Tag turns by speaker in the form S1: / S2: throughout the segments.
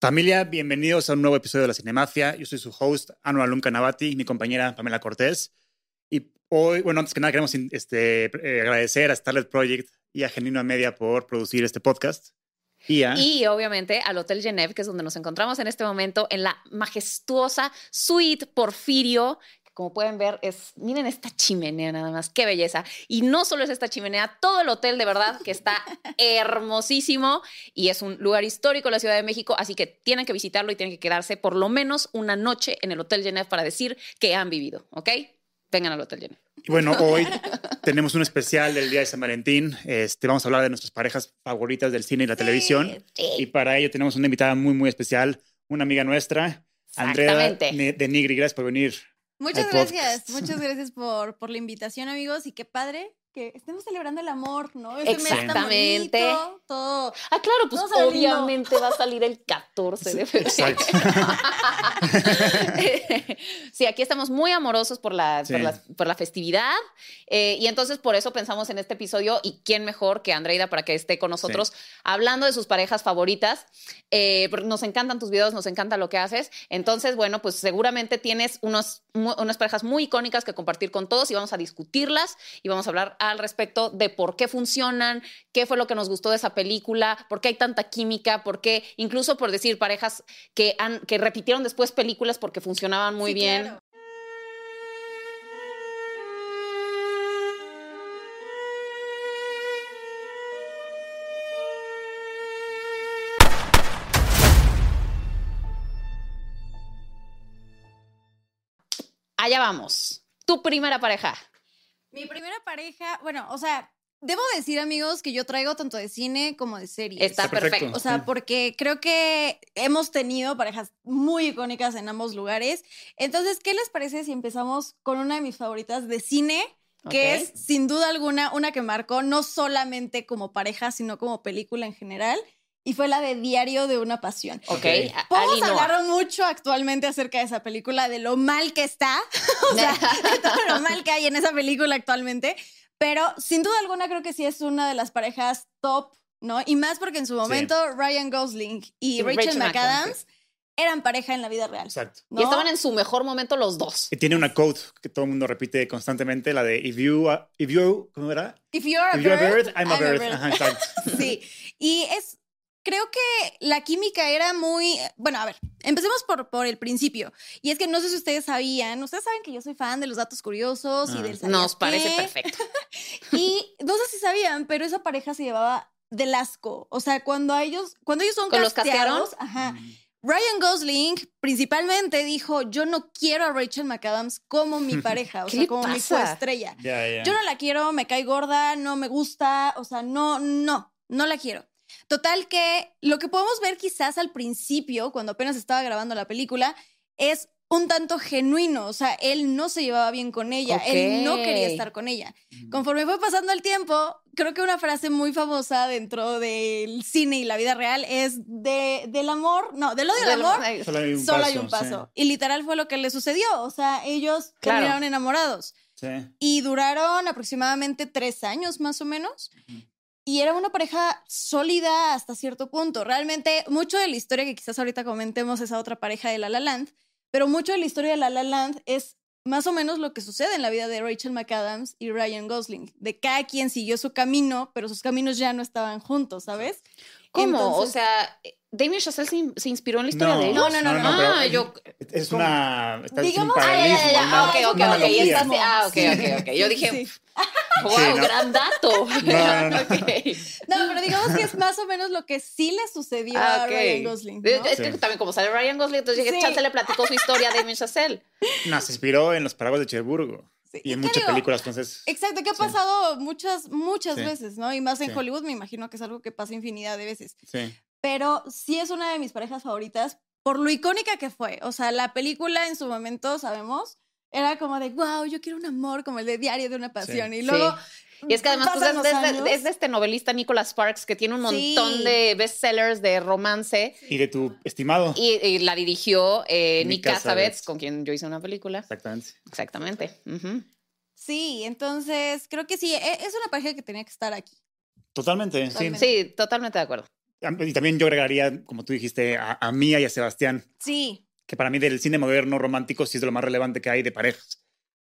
S1: Familia, bienvenidos a un nuevo episodio de La Cinemafia. Yo soy su host, Anu Alum Canavati, mi compañera Pamela Cortés. Y hoy, bueno, antes que nada queremos este, eh, agradecer a Starlet Project y a Genino Media por producir este podcast. Y, a,
S2: Y obviamente al Hotel Genève, que es donde nos encontramos en este momento, en la majestuosa suite Porfirio. que Como pueden ver, es, miren esta chimenea nada más, qué belleza. Y no solo es esta chimenea, todo el hotel de verdad que está hermosísimo y es un lugar histórico de la Ciudad de México, así que tienen que visitarlo y tienen que quedarse por lo menos una noche en el Hotel Genève para decir que han vivido, ¿ok? Vengan al Hotel Genève.
S1: y bueno, hoy tenemos un especial del Día de San Valentín. Este, vamos a hablar de nuestras parejas favoritas del cine y la televisión. Y para ello tenemos una invitada muy, muy especial, una amiga nuestra, Andrea
S2: Exactamente.
S1: Ne- de Nigri. Gracias por venir.
S3: Muchas
S1: al podcast.
S3: gracias, muchas gracias por, por la invitación, amigos, y qué padre que estemos celebrando el amor, ¿no? Este mes tan
S2: Exactamente.
S3: bonito, todo.
S2: Ah, claro, pues
S3: Vamos a ver lindo.
S2: obviamente va a salir el 14 de febrero.
S1: Exacto.
S2: sí, aquí estamos muy amorosos por la,
S1: Sí.
S2: por la, por la festividad eh, y entonces por eso pensamos en este episodio y quién mejor que Andreida para que esté con nosotros hablando de sus parejas favoritas. Eh, porque nos encantan tus videos, nos encanta lo que haces. Entonces, bueno, pues seguramente tienes unos, mu- unas parejas muy icónicas que compartir con todos y vamos a discutirlas y vamos a hablar al respecto de por qué funcionan, qué fue lo que nos gustó de esa película, por qué hay tanta química, por qué, incluso por decir parejas que, han, que repitieron después películas porque funcionaban muy
S3: Sí,
S2: bien.
S3: claro.
S2: Allá vamos. Tu primera pareja.
S3: Mi primera pareja, bueno, o sea, debo decir, amigos, que yo traigo tanto de cine como de series.
S2: Está perfecto.
S3: O sea, porque creo que hemos tenido parejas muy icónicas en ambos lugares. Entonces, ¿qué les parece si empezamos con una de mis favoritas de cine? que
S2: Ok.
S3: es sin duda alguna una que marcó no solamente como pareja, sino como película en general, y fue la de Diario de una Pasión.
S2: Ok.
S1: Ok.
S2: a- Ali
S3: Podemos
S2: Noa.
S3: hablar mucho actualmente acerca de esa película, de lo mal que está, o sea, de todo lo mal que hay en esa película actualmente, pero sin duda alguna creo que sí es una de las parejas top, ¿no? Y más porque en su momento Ryan Gosling y,
S2: Y
S3: Rachel,
S2: Rachel
S3: McAdams eran pareja en la vida real.
S1: Exacto.
S2: Y
S3: ¿no?
S2: estaban en su mejor momento los dos.
S1: Y tiene una quote que todo el mundo repite constantemente, la de if you, are- if you, ¿cómo era?
S3: If you're a
S1: If you're a
S3: bird,
S1: bird, I'm a
S3: I'm a
S1: bird.
S3: bird.
S1: Ajá, exacto.
S3: Sí, y es, creo que la química era muy, bueno, a ver, empecemos por, por el principio. Y es que no sé si ustedes sabían, ustedes saben que yo soy fan de los datos curiosos
S1: Ah.
S3: y del... ¿sabías
S2: Nos parece
S3: qué?
S2: perfecto.
S3: Y no sé si sabían, pero esa pareja se llevaba del asco. O sea, cuando a ellos, cuando ellos son
S2: ¿Con los
S3: casteados, ajá,
S1: Mm,
S3: Ryan Gosling principalmente dijo, yo no quiero a Rachel McAdams como mi pareja, o
S2: ¿Qué
S3: sea,
S2: le
S3: como mi
S2: pasa?
S3: coestrella.
S1: Ya, ya.
S3: Yo no la quiero, me cae gorda, no me gusta, o sea, no, no, no la quiero. Total que lo que podemos ver quizás al principio, cuando apenas estaba grabando la película, es un tanto genuino, o sea, él no se llevaba bien con ella, él no quería
S2: Ok.
S3: estar con ella.
S1: Mm.
S3: Conforme fue pasando el tiempo, creo que una frase muy famosa dentro del cine y la vida real es de, del amor, no, del odio al amor,
S1: Solo hay un
S3: solo
S1: paso.
S3: hay un paso. Y literal fue lo que le sucedió, o sea, ellos
S2: Claro.
S3: terminaron enamorados.
S1: Sí, sí.
S3: Y duraron aproximadamente tres años más o menos.
S1: Ujú.
S3: Y era una pareja sólida hasta cierto punto. Realmente, mucho de la historia que quizás ahorita comentemos esa otra pareja de La La Land, pero mucho de la historia de La La Land es más o menos lo que sucede en la vida de Rachel McAdams y Ryan Gosling. De cada quien siguió su camino, pero sus caminos ya no estaban juntos, ¿sabes?
S2: ¿Cómo?
S3: Entonces-
S2: o sea, Damien Chazelle se, in- se inspiró en la historia
S1: No,
S2: de él.
S3: no, no, no, no.
S2: Ah,
S1: pero-
S2: yo.
S1: Es
S2: ¿Cómo?
S1: una. Está
S3: Digamos-
S1: es un
S2: Ah, ya,
S1: paralelismo,
S2: ya, ya.
S1: una-
S2: Ah, ok, ok,
S1: una
S2: ok. Ya
S1: analogía.
S2: estás- Ah, ok, ok, ok. Yo
S3: Sí,
S2: dije,
S3: sí, sí.
S2: wow,
S1: Sí, no.
S2: gran dato.
S1: No, no, no.
S2: Ok.
S3: No, pero digamos que es más o menos lo que sí le sucedió
S2: Ah,
S3: a
S2: ok.
S3: Ryan Gosling. ¿no?
S2: Es que
S1: Sí.
S2: también como sale Ryan Gosling, entonces dije,
S3: Sí.
S2: Chance le platicó su historia a Damien Chazelle.
S1: Nos inspiró en los paraguas de Cherburgo
S3: Sí.
S1: y en
S3: ¿Qué
S1: muchas
S3: digo?
S1: películas, entonces.
S3: Exacto, que ha
S1: Sí.
S3: pasado muchas, muchas
S1: Sí.
S3: veces, ¿no? Y más en
S1: Sí.
S3: Hollywood me imagino que es algo que pasa infinidad de veces.
S1: Sí.
S3: Pero sí es una de mis parejas favoritas por lo icónica que fue. O sea, la película en su momento, sabemos, era como de, wow, yo quiero un amor como el de Diario de una Pasión. Y luego...
S2: Y es que además pues,
S3: pasan
S2: es,
S3: los
S2: de-
S3: años.
S2: es de este novelista Nicholas Sparks que tiene un
S3: Sí.
S2: montón de bestsellers de romance
S1: Y de tu estimado.
S2: y, y la dirigió eh,
S1: Nick
S2: Nick Cassavetes,
S1: Cassavetes.
S2: con quien yo hice una película.
S1: Exactamente.
S2: Exactamente. Ujú.
S3: Sí, entonces creo que sí, e- es una pareja que tenía que estar aquí.
S1: Totalmente. Sí.
S3: Totalmente.
S2: Sí, totalmente de acuerdo.
S1: Y también yo agregaría, como tú dijiste, a, a Mía y a Sebastián,
S3: Sí,
S1: que para mí del cine moderno romántico sí es de lo más relevante que hay de parejas.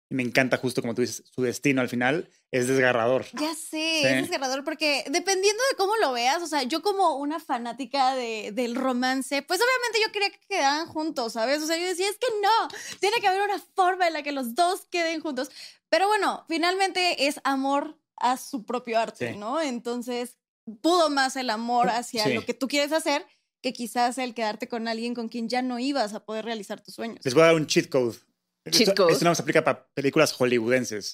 S1: Y me encanta justo como tú dices, su destino al final es desgarrador.
S3: Ya
S1: Sí.
S3: sé, es desgarrador porque dependiendo de cómo lo veas, o sea, yo como una fanática de, del romance, pues obviamente yo quería que quedaran juntos, ¿sabes? O sea, yo decía, es que no, tiene que haber una forma en la que los dos queden juntos. Pero bueno, finalmente es amor a su propio arte,
S1: Sí.
S3: ¿no? Entonces, pudo más el amor hacia
S1: Sí.
S3: lo que tú quieres hacer que quizás el quedarte con alguien con quien ya no ibas a poder realizar tus sueños.
S1: Les voy a dar un cheat code.
S2: Cheat
S1: esto,
S2: code.
S1: esto no nos aplica para películas hollywoodenses.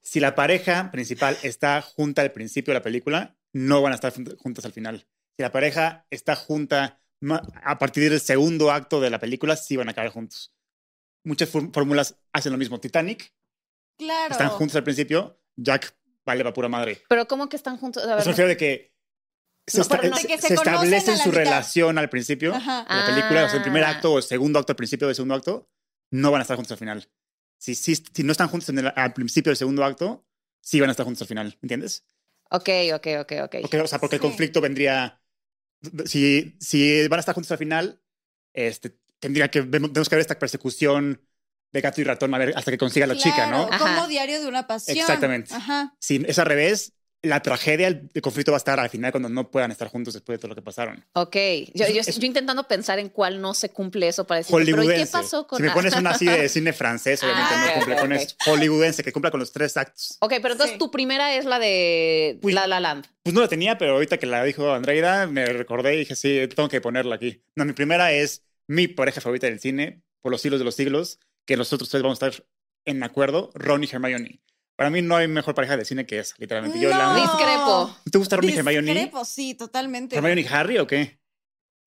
S1: si la pareja principal está junta al principio de la película, no van a estar jun- juntas al final. Si la pareja está junta ma- a partir del segundo acto de la película, sí van a acabar juntos. Muchas fór- fórmulas hacen lo mismo. Titanic,
S3: Claro.
S1: están juntos al principio, Jack vale para pura madre.
S2: Pero ¿cómo que están juntos? A
S1: Pues
S2: ver,
S1: me
S2: no.
S1: refiero de que se,
S2: No,
S1: esta-
S2: pero no,
S1: se-
S3: de que se
S1: se
S3: conocen a
S1: establecen
S3: la
S1: su
S3: mitad.
S1: relación al principio
S3: Ajá.
S1: de la película, o sea, el primer
S2: Ah.
S1: acto o el segundo acto, al principio del segundo acto, no van a estar juntos al final. Si, si, si no están juntos en el- al principio del segundo acto, sí van a estar juntos al final, ¿entiendes?
S2: Ok, ok, ok, ok.
S1: Porque, o sea, porque el
S3: Sí.
S1: conflicto vendría... Si, si van a estar juntos al final, este, tendría que... Tenemos que ver esta persecución de gato y ratón a ver, hasta que consiga la chica, ¿no?
S3: Claro,
S2: Ajá.
S3: Como diario de una pasión.
S1: Exactamente.
S3: Ajá.
S1: Si es al revés, la tragedia, el, el conflicto va a estar al final cuando no puedan estar juntos después de todo lo que pasaron.
S2: Ok, yo, yo,
S1: Es-
S2: yo intentando pensar en cuál no se cumple eso para decir, pero ¿y
S1: hollywoodense.
S2: qué pasó con
S1: Si me
S2: Ah,
S1: pones una así de cine francés, obviamente
S2: Ah,
S1: no cumple
S2: ok,
S1: con
S2: ok.
S1: eso. Hollywoodense, que cumpla con los tres actos.
S2: Ok, pero entonces
S3: Sí.
S2: tu primera es la de
S1: Uy.
S2: La La Land.
S1: Pues no la tenía, pero ahorita que la dijo Andreida, me recordé y dije, sí, tengo que ponerla aquí. No, mi primera es mi pareja favorita del cine, por los siglos de los siglos, que nosotros tres vamos a estar en acuerdo, Ron y Hermione. Para mí no hay mejor pareja de cine que esa, literalmente. Yo la
S3: No.
S1: amo.
S2: Discrepo.
S1: ¿Te gusta Ron y Hermione?
S3: Discrepo, sí, totalmente.
S1: ¿Hermione y Harry o qué?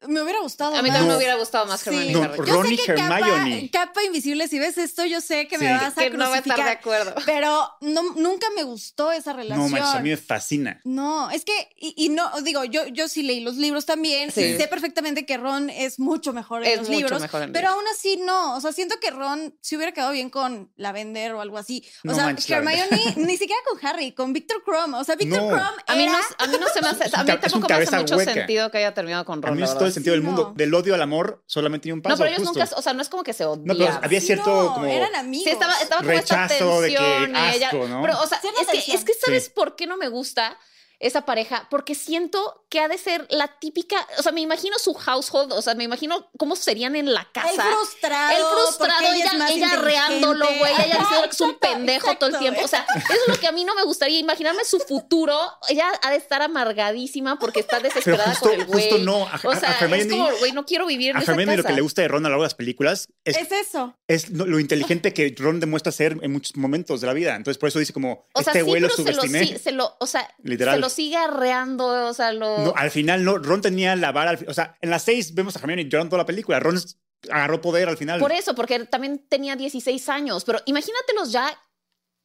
S3: Me hubiera gustado.
S2: A mí
S3: más.
S2: también me
S1: No.
S2: hubiera gustado más
S3: Sí.
S2: Hermione
S1: No,
S2: Harry.
S1: Ron-
S3: Yo
S1: Ronnie
S3: sé que capa,
S1: Hermione.
S3: capa invisible, si ves esto, yo sé que me
S1: Sí.
S3: vas a
S2: que no va a estar de
S3: crucificar.
S2: acuerdo.
S3: pero no- nunca me gustó esa relación.
S1: No, manches, a mí me fascina.
S3: No, es que, y, y no, digo, yo, yo sí leí los libros también,
S2: Sí.
S3: y sé perfectamente que Ron es mucho mejor en
S2: Es
S3: los
S2: mucho
S3: libros,
S2: mejor en
S3: pero aún así no, o sea, siento que Ron se hubiera quedado bien con Lavender o algo así, o
S1: No
S3: sea,
S1: manches,
S3: Hermione ni siquiera con Harry, con Victor Crumb, o sea, Victor
S1: No.
S3: Crumb
S2: A mí,
S3: era-
S2: no, a mí no se me hace,
S1: Es un
S2: a mí
S1: ca- es un
S2: tampoco me hace
S1: cabeza
S2: mucho
S1: hueca.
S2: sentido que haya terminado con
S1: A
S2: Ron.
S1: mí
S2: la
S1: es todo
S2: verdad.
S1: el sentido del
S3: Sí, no.
S1: mundo. Del odio al amor solamente hay un paso.
S2: No, pero ellos
S1: justo.
S2: nunca, o sea, no es como que se odian.
S1: No, pero había cierto
S3: no,
S1: como
S3: eran amigos.
S2: Sí, estaba, estaba como esta
S1: rechazo de que
S2: tensión y ella.
S1: asco, ¿no?
S2: Pero, o sea,
S3: Cierta
S2: es que,
S3: tensión.
S2: es que sabes
S1: Sí.
S2: por qué no me gusta esa pareja, porque siento que ha de ser la típica, o sea, me imagino su household, o sea, me imagino cómo serían en la
S3: el
S2: casa.
S3: frustrado,
S2: El
S3: porque
S2: frustrado,
S3: ella, es
S2: ella,
S3: más
S2: ella arreándolo,
S3: inteligente.
S2: güey, ella
S3: Ajá,
S2: diciendo que es un
S3: exacto,
S2: pendejo todo el
S3: exacto,
S2: tiempo. O sea, eso es lo que a mí no me gustaría. Imaginarme su futuro. Ella ha de estar amargadísima porque está
S1: Pero
S2: desesperada
S1: justo,
S2: con el
S1: justo
S2: güey.
S1: no. A,
S2: O sea,
S1: a
S2: es
S1: Hermione,
S2: como, güey, no quiero vivir en
S1: a
S2: esa
S1: Hermione lo
S2: casa.
S1: que le gusta de Ron a lo largo de las películas es,
S3: Es eso.
S1: es lo, lo inteligente que Ron demuestra ser en muchos momentos de la vida. Entonces, por eso dice como,
S2: O sea,
S1: este
S2: sí,
S1: güey
S2: pero
S1: lo
S2: se lo,
S1: subestimé.
S2: sí- se lo, o sea,
S1: Literal.
S2: se lo sigue arreando, o sea, lo...
S1: No, al final no, Ron tenía la vara. al fi- O sea, en las seis vemos a Hermione llorando toda la película. Ron s- agarró poder al final.
S2: por e-, eso, porque también tenía 16 años, pero imagínatelos ya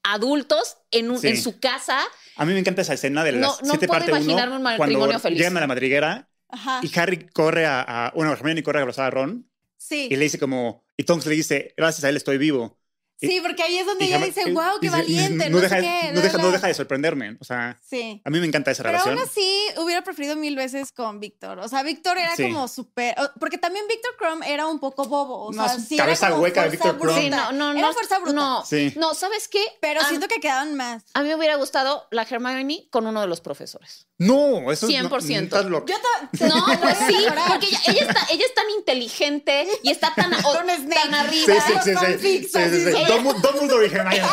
S2: adultos en, un-
S1: Sí.
S2: en su casa.
S1: a mí me encanta esa escena de
S2: No-
S1: las
S2: no
S1: siete
S2: puedo
S1: parte uno.
S2: imaginarme un matrimonio
S1: Cuando
S2: feliz. Ah.
S1: llegan a la madriguera
S3: Ajá.
S1: y Harry corre a, a bueno, Hermione corre a abrazar a Ron
S3: Sí.
S1: y le dice como, y Tonks le dice, gracias a él estoy vivo.
S3: Sí, porque ahí es donde
S1: Y
S3: ella
S1: jamás-
S3: dice,
S1: eh,
S3: wow, qué
S1: dice,
S3: valiente.
S1: No,
S3: No, sé
S1: deja,
S3: qué,
S1: no,
S3: la,
S1: deja,
S3: la,
S1: no
S3: la".
S1: deja de sorprenderme. O sea,
S3: Sí.
S1: a mí me encanta esa
S3: Pero
S1: relación.
S3: aún así hubiera preferido mil veces con Víctor. O sea, Víctor era
S1: Sí.
S3: como súper. o- Porque también Víctor Crumb era un poco bobo. O
S1: No,
S3: sea,
S1: es
S3: sí,
S1: cabeza
S3: era como
S1: hueca de
S3: fuerza
S1: Víctor Crumb.
S3: bruta.
S2: Sí, no, no,
S3: Era
S2: no.
S3: fuerza bruta.
S2: No, Ah.
S1: Sí.
S2: no, ¿sabes qué?
S3: Pero
S2: a,
S3: siento que quedaban más.
S2: a mí me hubiera gustado la Hermione con uno de los profesores.
S1: No, eso es- no,
S2: 100%.
S1: estás loca.
S3: Yo te, te-
S2: No,
S3: te voy
S2: pues
S3: a
S2: sí,
S3: llorar.
S2: porque ella, ella está, ella es tan inteligente y está tan, o-
S3: Con Snape.
S2: tan
S1: Sí,
S2: arriba.
S1: sí, sí,
S3: Los
S1: sí, sí, sí,
S3: fanfics,
S1: sí.
S3: así.
S1: Dumbledore- Dumbledore y Hermione.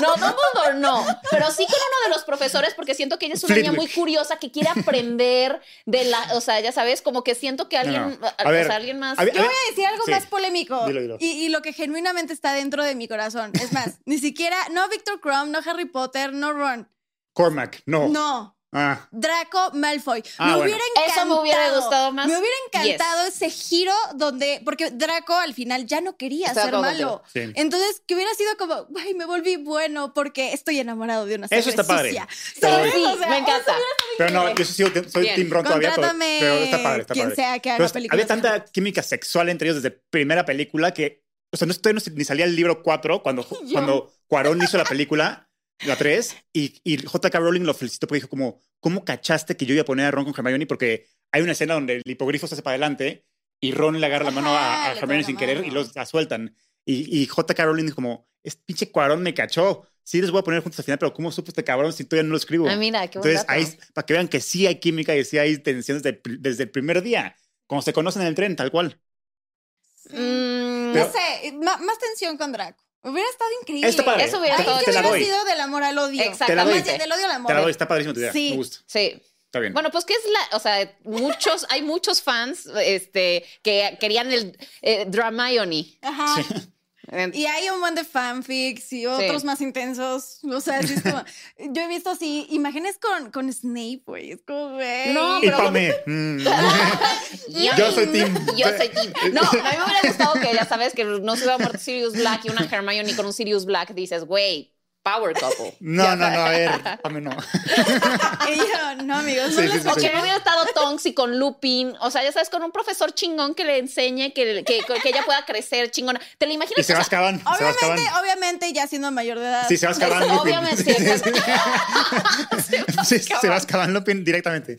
S2: No, Dumbledore no, pero sí con uno de los profesores porque siento que ella es una niña muy
S1: Flitwick.
S2: curiosa que quiere aprender de la, o sea, ya sabes, como que siento que alguien,
S1: No, no.
S2: o
S1: A ver,
S2: sea, alguien más.
S1: a ver,
S3: Yo voy a decir algo
S1: Sí.
S3: más polémico
S1: Dilo, dilo.
S3: Y, y lo que genuinamente está dentro de mi corazón. Es más, ni siquiera, no Victor Crumb, no Harry Potter, no Ron.
S1: Cormac, no.
S3: No,
S1: Ah,
S3: Draco Malfoy.
S1: Ah,
S3: me
S1: bueno.
S3: hubiera
S2: Eso
S3: encantado.
S2: me hubiera gustado más.
S3: Me hubiera encantado ese giro donde. Porque Draco al final ya no quería
S2: Estoy de
S3: ser
S2: acuerdo
S3: malo.
S1: sí.
S3: Entonces, que hubiera sido como, güey, me volví bueno porque estoy enamorado de una
S1: Eso está padre.
S3: sucia".
S1: Pero-
S2: Sí,
S3: ¿Sabes?
S2: sí,
S3: O sea,
S2: me encanta.
S1: Pero no, yo sí, soy- soy
S2: Bien.
S1: Tim Ron todavía, pero,
S3: Contrátame
S1: pero está padre, está
S3: quien
S1: padre.
S3: sea que haga
S1: Pero est-
S3: películas.
S1: había tanta química sexual entre ellos desde primera película que, o sea, no estoy, no, ni salía el libro 4 cuando,
S3: Yo.
S1: cuando Cuarón hizo la película. la 3. Y, y J.K. Rowling lo felicitó porque dijo como, ¿cómo cachaste que yo iba a poner a Ron con Hermione? Porque hay una escena donde el hipogrifo se hace para adelante y Ron le agarra la mano a,
S3: Ajá,
S1: a
S3: le
S1: Hermione
S3: toma
S1: sin
S3: la
S1: querer y
S3: mano.
S1: los la sueltan. Y, y J.K. Rowling dijo como, es pinche cuarón me cachó. Sí, les voy a poner juntos al final, pero ¿cómo supo este cabrón si todavía no lo escribo?
S2: Ah, mira, qué buen
S1: Entonces,
S2: dato.
S1: ahí, para que vean que sí hay química y sí hay tensiones desde, el pri- desde el primer día, cuando se conocen en el tren, tal cual.
S2: Mm,
S3: No
S1: Pero-
S3: sé, ma- más tensión con Draco. Hubiera estado increíble.
S1: Está padre.
S2: Eso hubiera
S3: Ahí
S2: estado
S3: sí
S1: Te la
S3: hubiera
S1: doy.
S3: sido del amor al
S1: Te
S3: odio.
S1: la doy.
S3: Más bien
S2: Exactamente.
S3: Del odio al amor.
S1: Te la doy, está padrísimo tu idea.
S3: Sí.
S1: Me gusta.
S2: Sí.
S1: Está bien.
S2: Bueno, pues que es la, o sea, muchos, hay muchos fans este, que querían el eh, Dramione.
S3: Ajá.
S2: Ent-
S3: Y hay un buen de fanfics y otros más intensos. O sea, sí es como. yo he visto así imágenes con, con Snape, güey. Es como, güey.
S2: No,
S1: y
S2: pero-
S1: Pame.
S2: Yo,
S1: Mm. Yo soy Tim.
S2: Yo soy Tim. No, a mí me hubiera gustado que ya sabes que no se hubiera muerto Sirius Black y una Hermione con un Sirius Black dices, güey, power couple.
S1: No, no, no, a ver, Pame no.
S3: Y yo, no, amigos. No
S1: Sí, sí,
S3: les
S1: sí,
S2: O
S1: sí.
S2: que no hubiera estado Tonks y con Lupin, o sea, ya sabes, con un profesor chingón que le enseñe que, que, que ella pueda crecer chingona. ¿Te la
S1: Y
S2: imaginas?
S1: se
S2: O
S1: va
S2: sea,
S1: a Azkaban, se va a Azkaban.
S3: Obviamente, obviamente, ya siendo mayor de edad.
S1: Sí, se va a Azkaban,
S2: Eso,
S1: Lupin.
S2: obviamente,
S1: Sí, sí, sí. Sí,
S2: Azkaban.
S1: se va a Azkaban, Lupin directamente.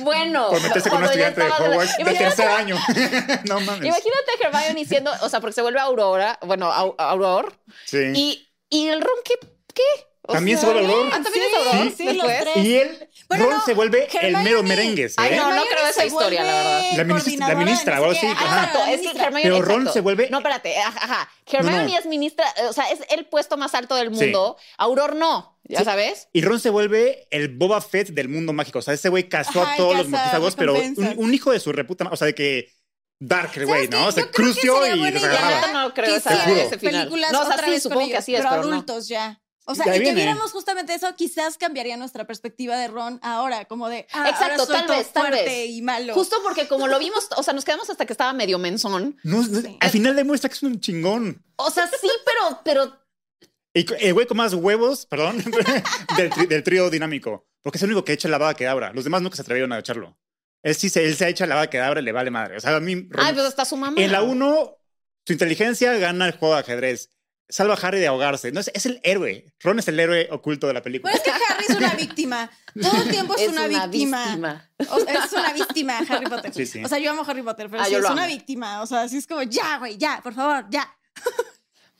S2: bueno,
S1: Por meterse con un
S2: cuando ya
S1: estudiante de
S2: estaba-
S1: Hogwarts de
S2: Imagínate-
S1: tercer año. No mames.
S2: Imagínate a Hermione siendo, o sea, porque se vuelve Aurora, bueno, Au- Auror,
S1: Sí.
S2: y, y el Ron, ¿qué? qué? O
S1: También se vuelve Auror.
S2: Ah, también es
S3: Sí,
S2: Auror.
S3: sí, los
S2: después.
S3: tres.
S1: Y él,
S3: Bueno,
S1: Ron
S3: no,
S1: se vuelve el
S3: Hermione.
S1: mero merengues. ¿eh?
S2: Ay, no, no creo
S3: Hermione
S2: esa
S3: se
S2: historia, la verdad.
S3: vuelve
S1: La ministra- la
S3: coordinadora de
S1: ministra,
S3: no sé
S1: algo así,
S3: qué. Ah,
S1: ajá.
S2: Exacto,
S3: la
S2: es que
S3: ministra.
S2: Hermione.
S1: Pero
S2: exacto.
S1: Ron se vuelve-
S2: No, espérate, ajá. ajá. Hermione
S1: No, no.
S2: es ministra, eh, o sea, es el puesto más alto del
S1: Sí.
S2: mundo. Auror no, ya
S1: Sí.
S2: sabes.
S1: Y Ron se vuelve el Boba Fett del mundo mágico. O sea, ese güey casó
S3: Ajá,
S1: a todos
S3: casa,
S1: los mortífagos, pero un,
S3: recompensas.
S1: un hijo de su reputa. ma- O sea, de que Dark, el güey,
S3: ¿Sabes qué?
S1: ¿no? Se
S3: Yo creo que
S1: crució
S3: sería
S1: y
S3: buena
S1: los
S3: idea.
S1: agarraba.
S2: Yo no creo
S3: que
S2: esa-
S3: hicieran
S1: ese
S2: final.
S3: películas
S2: No, o sea,
S3: otra
S2: sí,
S3: vez
S2: supongo
S3: con
S2: que
S3: ellos,
S2: así es,
S3: pero
S2: pero no.
S3: adultos ya. O sea,
S1: Ya
S3: y que
S1: viene.
S3: viéramos justamente eso, quizás cambiaría nuestra perspectiva de Ron ahora, como de ah,
S2: Exacto,
S3: ahora soy
S2: tal
S3: todo
S2: vez, tal
S3: fuerte
S2: vez.
S3: y malo.
S2: Justo porque como lo vimos, o sea, nos quedamos hasta que estaba medio menzón.
S1: No, no, Al final demuestra que es un chingón.
S2: O sea, sí, pero, pero
S1: Y co- el güey con más huevos, perdón, del, tri- del trío dinámico. Porque es el único que echa la baba que abra. Los demás nunca se atrevieron a echarlo. Él sí se, él se echa la baba que abra y le vale madre. O sea, a mí. Ron-
S2: Ay, pues hasta su mamá.
S1: En la 1, su inteligencia gana el juego de ajedrez. Salva a Harry de ahogarse. No, es, es el héroe. Ron es el héroe oculto de la película.
S3: Bueno, es que Harry es una víctima. Todo el tiempo es, una, víctima.
S2: víctima.
S3: O sea, es una víctima, Harry Potter.
S1: Sí, sí.
S3: O sea, yo amo Harry Potter, pero
S2: Ah,
S3: sí,
S2: yo
S3: es
S2: lo
S3: una
S2: amo.
S3: víctima. O sea, así es como, ya, güey, ya, por favor, ya.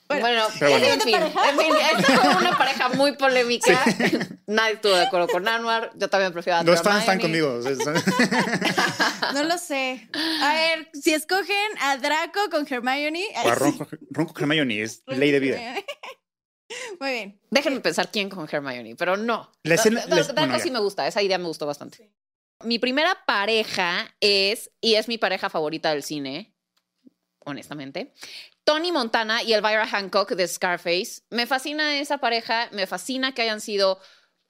S2: Bueno,
S1: Pero bueno.
S2: en, fin, en fin, esta fue una pareja muy polémica. Nadie estuvo de acuerdo con Anwar. Yo también prefiero a
S1: Los fans
S2: Hermione.
S1: están conmigo. o sea, son-
S3: No lo sé. A ver, si escogen a Draco con Hermione.
S1: O a Ron, con- Ron con Hermione es
S2: Pues
S3: Ron
S1: ley de
S3: con
S1: vida.
S3: Hermione. Muy bien.
S2: Déjenme pensar quién con Hermione, pero no.
S1: La escena-
S2: No, no,
S1: la-
S2: Draco
S1: bueno, ya.
S2: sí me gusta, esa idea me gustó bastante. Mi primera pareja es, y es mi pareja favorita del cine, honestamente, Tony Montana y Elvira Hancock de Scarface. Me fascina esa pareja, me fascina que hayan sido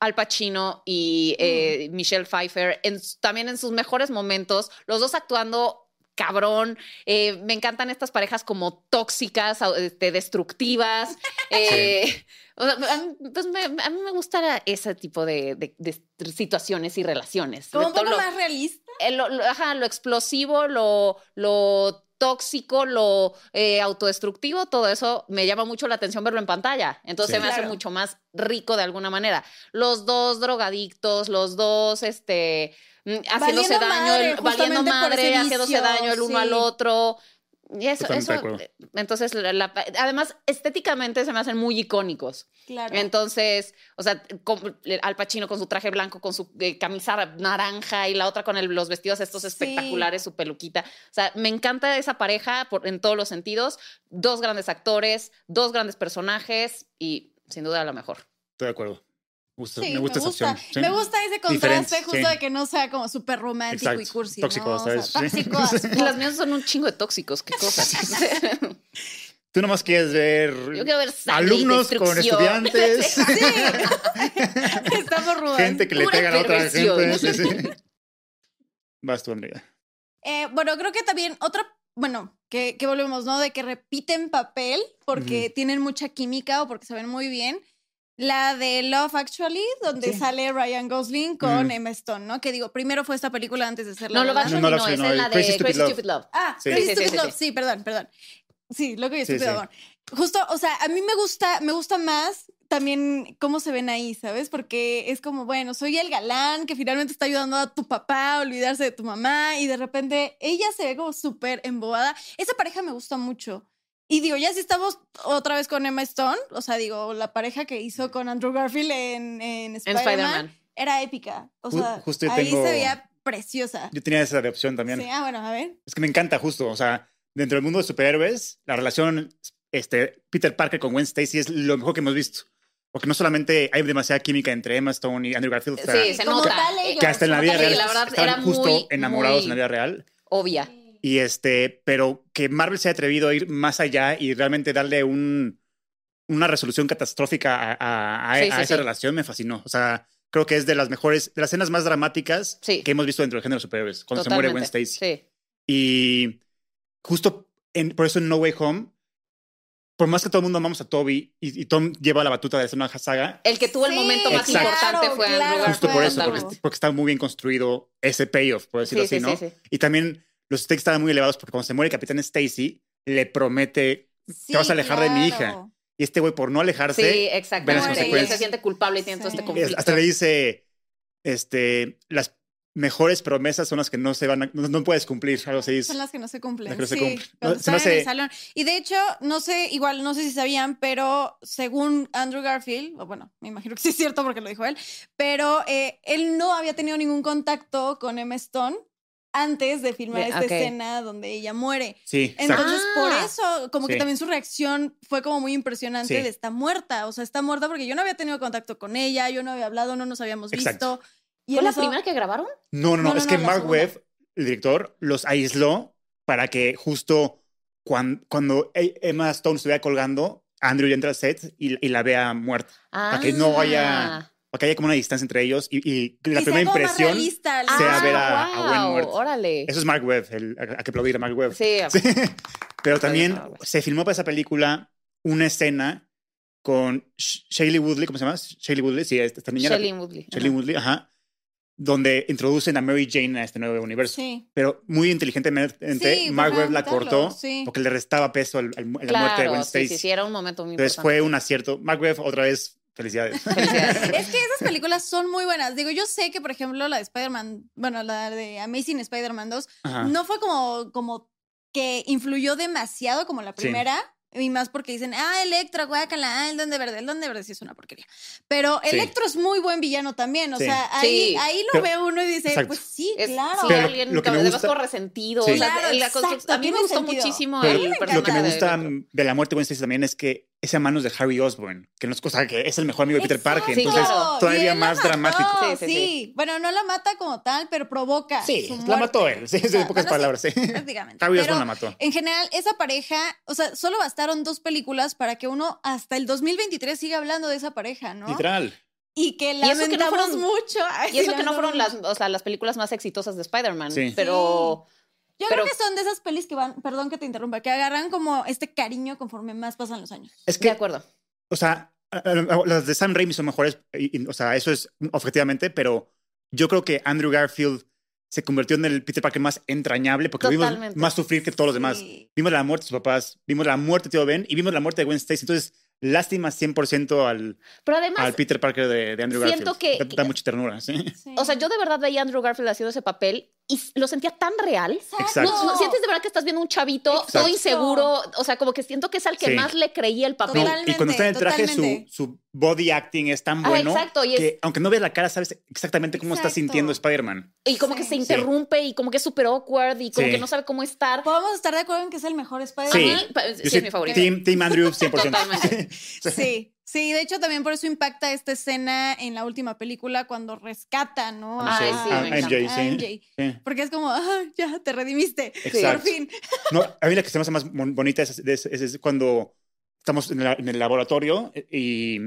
S2: Al Pacino y eh, Michelle Pfeiffer, en- también en sus mejores momentos, los dos actuando cabrón. Eh, me encantan estas parejas como tóxicas, au- este, destructivas. Eh, o sea, a, mí, pues me, a mí me gusta ese tipo de, de- de situaciones y relaciones.
S3: Como un
S2: Todo
S3: poco
S2: lo-
S3: más realista.
S2: eh, lo, lo- ajá, lo explosivo, lo, lo tóxico, lo eh, autodestructivo, todo eso me llama mucho la atención verlo en pantalla. Entonces
S1: Sí.
S2: me hace
S3: Claro.
S2: mucho más rico de alguna manera. Los dos drogadictos, los dos, este, mm, haciéndose
S3: Valiendo
S2: daño, el-
S3: madre,
S2: valiendo
S3: justamente por
S2: madre,
S3: ese
S2: haciéndose
S3: vicio,
S2: daño el uno
S3: sí.
S2: al otro. Y eso,
S1: Totalmente de
S2: eso-
S1: acuerdo.
S2: entonces, la- la- además, estéticamente se me hacen muy icónicos.
S3: Claro.
S2: Entonces, o sea, con- eh, Al Pacino con su traje blanco, con su eh, camisa naranja y la otra con el- los vestidos estos
S3: Sí.
S2: espectaculares, su peluquita. O sea, me encanta esa pareja por- en todos los sentidos. Dos grandes actores, dos grandes personajes y sin duda la mejor.
S1: Estoy de acuerdo. Gusto-
S3: Sí,
S1: me gusta esa opción. sí.
S3: Me gusta ese
S1: Diferente,
S3: contraste justo
S1: sí.
S3: de que no sea como súper romántico y
S1: Exacto.
S3: cursi.
S1: Tóxico,
S3: ¿no? O sea,
S1: ¿sabes?
S3: tóxico. as
S2: Y las
S3: fuck.
S2: mías son un chingo de tóxicos, qué cosas.
S1: Tú nomás quieres ver
S2: Yo quiero ver sangre y
S1: alumnos con
S2: destrucción.
S1: estudiantes,
S3: Estamos rudas.
S1: gente que le
S2: Pura
S1: pega a otra
S2: perversión.
S1: gente. sí, sí. Vas tú, Andrea.
S3: Eh, bueno, creo que también otra, bueno, que, que volvemos, ¿no? De que repiten papel porque tienen mucha química o porque se ven muy bien. La de Love Actually, donde
S1: Sí.
S3: sale Ryan Gosling con
S1: Mm.
S3: Emma Stone, ¿no? Que digo, primero fue esta película antes de ser la
S2: No,
S3: de
S2: lo
S3: La
S2: vas
S3: Land.
S1: No, no,
S2: a no,
S1: la
S2: no,
S1: soy,
S2: es
S1: no,
S2: en
S1: el
S2: la de
S1: Crazy
S2: Crazy
S1: Stupid
S2: Stupid Love.
S3: Ah,
S1: Sí.
S3: Crazy
S2: Sí, sí,
S3: Stupid
S2: sí,
S3: Love, sí, perdón, perdón. Sí, loco y
S1: Sí,
S3: estúpido
S1: sí.
S3: amor. Justo, o sea, a mí me gusta, me gusta más también cómo se ven ahí, ¿sabes? Porque es como, bueno, soy el galán que finalmente está ayudando a tu papá a olvidarse de tu mamá y de repente ella se ve como súper embobada. Esa pareja me gusta mucho. Y digo, ya si estamos otra vez con Emma Stone, o sea, digo, la pareja que
S1: Mm.
S3: hizo con Andrew Garfield en, en
S2: En
S3: Spider-Man
S2: Spider-Man.
S3: era épica. O
S1: Ju-
S3: sea,
S1: justo yo
S3: ahí
S1: tengo-
S3: se veía preciosa.
S1: Yo tenía esa opción también.
S3: Sí, ah, bueno, a ver.
S1: Es que me encanta justo, o sea, dentro del mundo de superhéroes, la relación este, Peter Parker con Gwen Stacy es lo mejor que hemos visto. Porque no solamente hay demasiada química entre Emma Stone y Andrew Garfield, o sea,
S2: Sí, se
S3: Como
S2: nota.
S3: tal,
S2: Eh,
S3: ellos.
S1: que hasta en la vida
S3: Sí,
S1: real
S3: la
S2: verdad,
S1: estaban
S2: era
S1: justo
S2: muy,
S1: enamorados
S2: muy-
S1: en la vida real.
S2: Obvia.
S1: Y este, pero que Marvel se ha atrevido a ir más allá y realmente darle un, una resolución catastrófica a, a- a-
S2: Sí,
S1: a
S2: sí,
S1: esa
S2: sí.
S1: relación me fascinó. O sea, creo que es de las mejores, de las escenas más dramáticas
S2: Sí.
S1: que hemos visto dentro del género de superhéroes, cuando se muere Gwen
S2: Totalmente.
S1: Stacy.
S2: Sí.
S1: Y justo en- por eso en No Way Home, por más que todo el mundo amamos a Toby y, y Tom lleva la batuta de esa saga,
S2: El que tuvo el
S3: Sí,
S2: momento más
S1: Exacto.
S2: importante fue
S3: claro,
S2: Andrew
S3: claro.
S1: justo por
S2: Garfield.
S1: eso, porque,
S2: Totalmente.
S1: porque está muy bien construido ese payoff, por decirlo
S2: Sí, sí,
S1: así, ¿no?
S2: sí, sí.
S1: Y también los stakes estaban muy elevados porque cuando se muere el Capitán Stacy, le promete,
S3: Sí,
S1: vas a alejar de mi hija.
S3: claro.
S1: y este güey por no alejarse,
S2: Sí,
S1: Ve las
S2: exactamente. Y él se
S1: consecuencias.
S2: siente culpable y tiene todo
S3: Sí.
S2: este
S1: es-
S2: conflicto.
S1: hasta le dice, este, las mejores promesas son las que no se van a- no, no puedes cumplir, algo así es.
S3: Son las que no se cumplen.
S1: Las que no se
S3: sí,
S1: cumplen.
S3: cuando
S1: No, se me
S3: están en el
S1: hace-
S3: salón. Y de hecho, no sé, igual, no sé si sabían, pero según Andrew Garfield, o bueno, me imagino que sí es cierto porque lo dijo él, pero eh, él no había tenido ningún contacto con Emma Stone antes de filmar
S2: De-
S3: esta
S2: ok.
S3: escena donde ella muere.
S1: Sí, exacto.
S3: Entonces,
S2: Ah.
S3: por eso, como que
S1: Sí.
S3: también su reacción fue como muy impresionante
S1: Sí.
S3: de está muerta, o sea, está muerta porque yo no había tenido contacto con ella, yo no había hablado, no nos habíamos
S1: Exacto.
S3: visto. Y
S2: ¿Fue
S3: en
S2: la
S3: eso-
S2: primera que grabaron?
S1: No, no, no,
S3: No, no,
S1: es
S3: no,
S1: que
S3: la
S1: Mark
S3: segunda.
S1: Webb, el director, los aisló para que justo cuan- cuando, E- Emma Stone estuviera colgando, Andrew ya entra al set y, y la vea muerta. Para que no vaya-
S2: Ah.
S1: Para que haya como una distancia entre ellos y, y la
S3: y sea
S1: primera
S3: como más
S1: impresión.
S3: realista, la- Ah,
S1: sea ver a- a Gwen
S2: guau,
S1: muerta.
S2: Ah, Órale.
S1: Eso es Mark Webb, el- a- hay que aplaudir a Mark Webb.
S2: Sí,
S1: Sí. Pero también
S2: Mark Webb.
S1: se filmó para esa película una escena con Sh- Shailene Woodley, ¿cómo se llama? Shailene Woodley, sí, esta esta niña. la-
S2: Shailene Woodley.
S1: Shailene Woodley, ajá. Donde introducen a Mary Jane a este nuevo universo.
S3: Sí.
S1: pero muy inteligentemente
S3: Sí,
S1: Mark
S3: para
S1: Webb la
S3: matarlo,
S1: cortó
S3: sí.
S1: porque le restaba peso al, al- a la muerte de
S2: Claro,
S1: Gwen
S2: sí,
S1: Stacy.
S2: sí, sí, era un momento muy
S1: Entonces
S2: importante.
S1: fue un acierto. Mark Webb, otra vez, felicidades.
S2: Felicidades.
S3: Es que esas películas son muy buenas. Digo, yo sé que, por ejemplo, la de Spider-Man, bueno, la de Amazing Spider-Man 2,
S1: Ajá.
S3: no fue como, como que influyó demasiado como la
S1: Sí.
S3: primera. Y más porque dicen, ah, Electro, guácala, ah, el Duende Verde, el Duende Verde sí es una porquería. Pero
S1: Sí.
S3: Electro es muy buen villano también, o
S1: Sí.
S3: sea, ahí,
S2: Sí.
S3: ahí lo
S1: Pero-
S3: ve uno y dice,
S1: exacto.
S3: pues sí,
S2: Es-
S3: claro.
S2: sí,
S1: Pero lo-
S2: alguien
S1: lo que me
S2: además
S1: gusta-
S2: con resentido.
S1: Sí.
S2: o sea,
S3: Claro,
S2: la constru-
S3: exacto,
S2: a mí
S3: tiene
S2: me gustó
S3: sentido.
S2: muchísimo
S1: Pero
S2: el
S3: mí me
S1: lo que
S2: personaje
S1: me
S2: de
S1: gusta
S2: Electro.
S1: de la muerte de Gwen Stacy también es que es a manos de Harry Osborn, que no es cosa que es el mejor amigo de Peter
S3: Exacto.
S1: Parker.
S2: Sí,
S1: Entonces,
S3: claro. Y
S1: todavía
S3: él la
S1: más
S3: mató,
S1: dramático.
S2: Sí,
S3: Sí,
S2: sí, sí.
S3: bueno, no la mata como tal, pero provoca.
S1: Sí,
S3: su
S1: la
S3: muerte.
S1: mató él. Sí, sí,
S3: O sea,
S1: en pocas
S3: bueno, sí,
S1: palabras. sí.
S3: prácticamente.
S1: Harry
S3: Pero-
S1: Osborn la mató.
S3: En general, esa pareja, o sea, solo bastaron dos películas para que uno hasta el 2023 siga hablando de esa pareja, ¿no?
S1: Literal.
S3: Y que
S2: eso que no
S3: lamentamos
S2: fueron-
S3: mucho. Ay,
S2: Y eso que no
S3: lamentamos
S2: fueron las,
S3: mucho.
S2: o sea, las películas más exitosas de Spider-Man,
S1: Sí.
S2: pero
S3: Yo
S2: pero-
S3: creo que son de esas pelis que van, perdón que te interrumpa, que agarran como este cariño conforme más pasan los años.
S1: Es
S2: de
S1: que
S2: acuerdo.
S1: O sea, a- a- las de Sam Raimi son mejores, y- y- o sea, eso es objetivamente, pero yo creo que Andrew Garfield se convirtió en el Peter Parker más entrañable porque lo vimos
S2: Totalmente.
S1: más sufrir que todos los demás.
S3: Sí.
S1: Vimos la muerte de sus papás, vimos la muerte de Tío Ben y vimos la muerte de Gwen Stacy. Entonces, lástima 100% al,
S2: Pero
S1: al
S2: además,
S1: Peter Parker de, de Andrew
S2: siento
S1: Garfield.
S2: que-
S1: Da, da mucha ternura, ¿sí?
S3: Sí.
S2: o sea, yo de verdad veía a Andrew Garfield haciendo ese papel y lo sentía tan real.
S1: Exacto.
S2: No, no, sientes de verdad que estás viendo un chavito
S3: Exacto.
S2: todo inseguro, o sea, como que siento que es al que
S1: Sí.
S2: más le creía el papel.
S1: No,
S3: Totalmente,
S1: y cuando está en el traje, su,
S3: totalmente.
S1: su body acting es tan
S2: Ah,
S1: bueno
S2: exacto, y es-
S1: que aunque no veas la cara, sabes exactamente cómo está
S3: Exacto.
S1: sintiendo Spider-Man.
S2: Y como que
S3: Sí.
S2: se interrumpe y como que es súper awkward y como
S1: Sí.
S2: que no sabe cómo estar.
S3: Podemos estar de acuerdo en que es el mejor
S1: Sí.
S3: Spider-Man.
S2: Ajá, pa-
S1: Yo
S2: Sí, es
S1: soy
S2: mi favorito.
S1: Team, team Andrew 100%.
S2: Totalmente.
S3: Sí. sí. de hecho también por eso impacta esta escena en la última película cuando rescatan, ¿no?
S1: A
S2: Ay, sí, me
S3: a
S2: encanta.
S1: MJ, sí. Sí.
S3: Porque es como, ah, ya te redimiste.
S1: Exacto.
S3: Por fin.
S1: No, a mí la que se me hace más mon- bonita es, es- es- es cuando estamos en, la- en el laboratorio eh, y,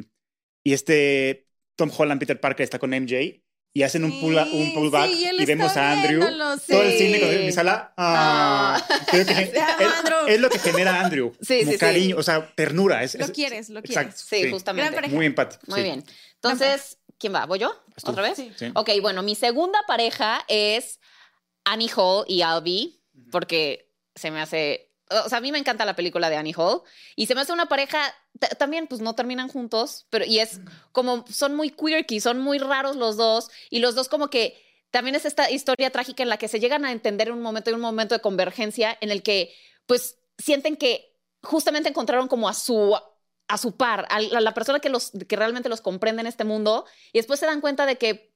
S1: y este Tom Holland, Peter Parker está con MJ y hacen un, pull, un
S3: Sí,
S1: pullback
S3: sí, él
S1: y
S3: está
S1: vemos a Andrew.
S3: viéndolo,
S1: Todo el
S3: sí.
S1: cine con mi sala. ah, creo que-
S3: Te amo,
S1: es,
S3: Andrew.
S1: es lo que genera a Andrew.
S2: Sí,
S1: como
S2: sí, sí.
S1: cariño, o sea, ternura. Es,
S3: Lo
S1: es-
S3: quieres, lo
S1: Exacto.
S3: quieres.
S2: Sí, justamente.
S3: Gran pareja.
S1: Muy empático.
S2: Muy
S1: sí.
S2: bien. Entonces, ¿quién va? ¿Voy yo?
S1: Vas tú.
S2: ¿Otra vez?
S3: Sí.
S1: Sí.
S2: Ok, bueno, mi segunda pareja es Annie Hall y Albie, porque se me hace o sea, a mí me encanta la película de Annie Hall y se me hace una pareja, t- también pues no terminan juntos, pero y es como son muy quirky, son muy raros los dos y los dos como que también es esta historia trágica en la que se llegan a entender un momento y un momento de convergencia en el que pues sienten que justamente encontraron como a su a su par, a la, a la persona que los que realmente los comprende en este mundo y después se dan cuenta de que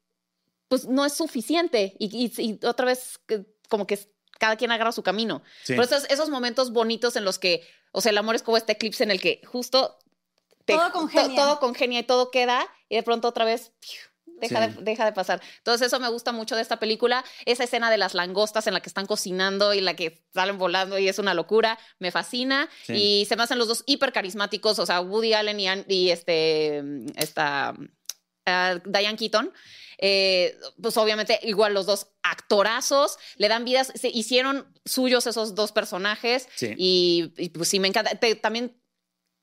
S2: pues no es suficiente y, y- y otra vez que- como que cada quien agarra su camino.
S1: Sí.
S2: Pero esos, esos momentos bonitos en los que, o sea, el amor es como este eclipse en el que justo
S3: Todo
S2: to-
S3: congenia.
S2: todo congenia y todo queda y de pronto otra vez piu, deja,
S1: Sí.
S2: de, deja de pasar. Entonces eso me gusta mucho de esta película, esa escena de las langostas en la que están cocinando y la que salen volando y es una locura, me fascina
S1: Sí.
S2: y se me hacen los dos hiper carismáticos, o sea, Woody Allen y, An- y este, mm, esta, mm, ah, Diane Keaton. Eh, pues obviamente igual los dos actorazos le dan vidas, se hicieron suyos esos dos personajes
S1: Sí.
S2: y, y, pues sí, me encanta. Te- también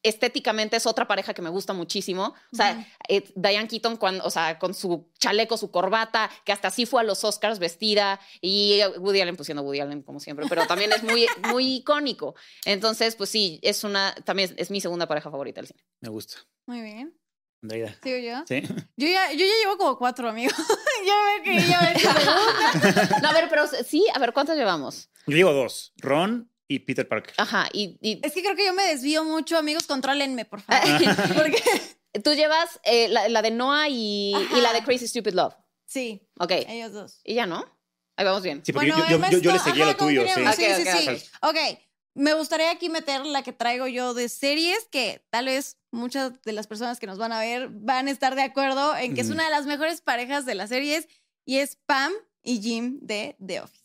S2: estéticamente es otra pareja que me gusta muchísimo. O sea,
S3: Ujú.
S2: eh, Diane Keaton, cuando, o sea, con su chaleco, su corbata, que hasta así fue a los Oscars vestida, y Woody Allen, pues siendo Woody Allen como siempre, pero también es muy, muy icónico. Entonces, pues sí, es una, también es, es mi segunda pareja favorita del cine.
S1: Me gusta.
S3: Muy bien.
S1: Andreida.
S3: ¿Sigo yo?
S1: Sí.
S3: Yo ya, yo ya llevo como cuatro, amigos. ya me quería ver.
S2: No, a ver, pero sí, a ver, ¿cuántas llevamos?
S1: Yo digo dos, Ron y Peter Parker.
S2: Ajá, y, y-
S3: Es que creo que yo me desvío mucho, amigos, contrólenme, por favor.
S2: Ah.
S3: Porque
S2: tú llevas eh, la, la de Noah y, y
S3: Ajá.
S2: la de Crazy Stupid Love.
S3: sí,
S2: Ok,
S3: ellos dos.
S2: y ya no. Ahí vamos bien.
S1: Sí, porque yo-
S3: Bueno,
S1: yo,
S3: el
S1: yo- yo le
S3: resto-
S1: seguía
S3: ajá,
S1: lo tuyo, sí.
S3: confirmemos.
S2: Ok,
S3: Sí,
S2: ok,
S3: sí, sí. Ok, me gustaría aquí meter la que traigo yo de series que tal vez muchas de las personas que nos van a ver van a estar de acuerdo en que es
S1: Ujú.
S3: una de las mejores parejas de las series y es Pam y Jim de The Office.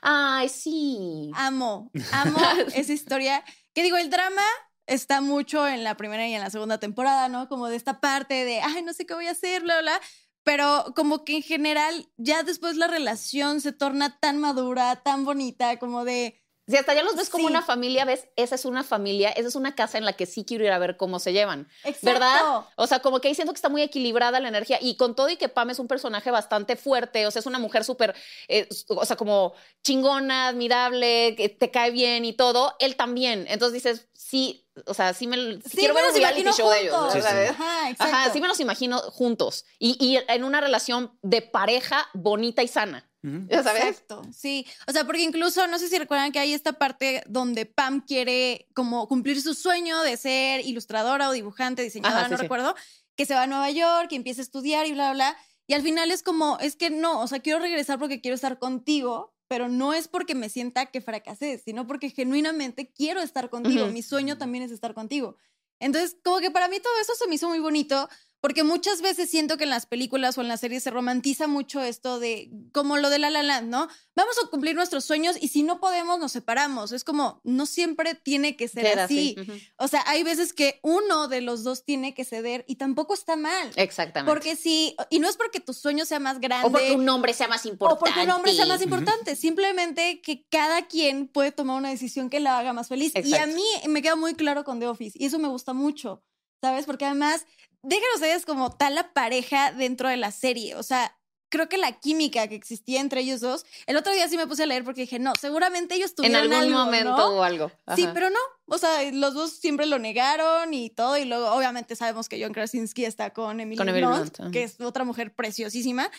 S2: Ay, sí.
S3: Amo, amo esa historia. Que digo, el drama está mucho en la primera y en la segunda temporada, ¿no? Como de esta parte de, ay, no sé qué voy a hacer, bla, bla. Pero como que en general, ya después la relación se torna tan madura, tan bonita, como de,
S2: Si hasta ya los ves como
S3: Sí.
S2: una familia, ves, esa es una familia, esa es una casa en la que sí quiero ir a ver cómo se llevan.
S3: exacto.
S2: ¿Verdad? O sea, como que ahí siento que está muy equilibrada la energía y con todo y que Pam es un personaje bastante fuerte, o sea, es una mujer súper, eh, o sea, como chingona, admirable, que te cae bien y todo, él también. Entonces dices, sí, o sea, sí me, sí
S3: Sí,
S2: quiero ver
S3: me
S2: un
S3: los
S2: reality
S3: imagino
S2: show de ellos,
S3: juntos.
S1: Sí, sí.
S2: ¿sabes?
S3: Ajá, exacto.
S2: Ajá, sí me los imagino juntos y, y en una relación de pareja bonita y sana,
S1: Ujú.
S2: ya ¿sabes?
S3: Exacto, sí. O sea, porque incluso no sé si recuerdan que hay esta parte donde Pam quiere como cumplir su sueño de ser ilustradora o dibujante, diseñadora,
S2: Ajá, sí,
S3: no
S2: sí.
S3: recuerdo, que se va a Nueva York, que empieza a estudiar y bla, bla, bla. Y al final es como, es que no, o sea, quiero regresar porque quiero estar contigo, pero no es porque me sienta que fracasé, sino porque genuinamente quiero estar contigo.
S2: Ujú.
S3: Mi sueño también es estar contigo. Entonces, como que para mí todo eso se me hizo muy bonito. Porque muchas veces siento que en las películas o en las series se romantiza mucho esto de, como lo de La La Land, ¿no? Vamos a cumplir nuestros sueños y si no podemos nos separamos. Es como, no siempre tiene que ser
S2: Ser
S3: así.
S2: Ujú.
S3: O sea, hay veces que uno de los dos tiene que ceder y tampoco está mal.
S2: Exactamente.
S3: Porque si, y no es porque tu sueño sea más grande
S2: o porque un hombre sea más
S3: o
S2: importante.
S3: porque un hombre sea más
S1: Ujú.
S3: importante, simplemente que cada quien puede tomar una decisión que la haga más feliz. Y a
S2: Exacto.
S3: mí me queda muy claro con The Office y eso me gusta mucho, ¿sabes? Porque además dejan ustedes como tal la pareja dentro de la serie, o sea... Creo que la química que existía entre ellos dos, el otro día sí me puse a leer porque dije, no, seguramente ellos
S2: en
S3: tuvieron
S2: algún
S3: algo,
S2: momento
S3: ¿no?
S2: o algo.
S3: Sí,
S2: Ajá.
S3: pero no. O sea, eh, los dos siempre lo negaron y todo. Y luego, obviamente, sabemos que John Krasinski está con Emily,
S2: Con Emily
S3: Blunt,
S2: Blunt, ajá.
S3: que es otra mujer preciosísima.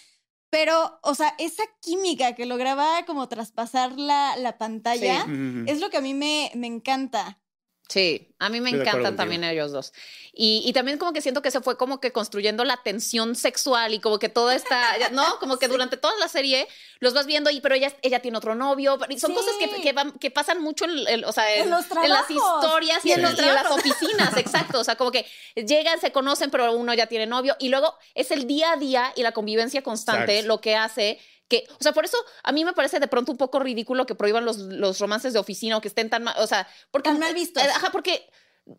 S3: Pero, o sea, esa química que lograba como traspasar la, la pantalla
S2: Sí.
S1: Ujú.
S3: es lo que a mí me, me encanta.
S2: Sí, a mí me
S1: Estoy de acuerdo
S2: encantan también ellos dos. Y, y también como que siento que se fue como que construyendo la tensión sexual y como que toda esta, ya- no, como que durante toda la serie los vas viendo y pero ella, ella tiene otro novio. pero- y son cosas que,
S3: Sí.
S2: que, van- que pasan mucho en, en- o sea,
S3: En
S2: en,
S3: los
S2: en las
S3: trabajos.
S2: historias y
S3: Sí.
S2: en, los- en las oficinas, exacto. O sea, como que llegan, se conocen, pero uno ya tiene novio y luego es el día a día y la convivencia constante
S1: Exacto.
S2: lo que hace que, o sea, por eso a mí me parece de pronto un poco ridículo que prohíban los, los romances de oficina o que estén tan mal, o sea, porque
S3: Tan mal vistos.
S2: Eh, Ajá, porque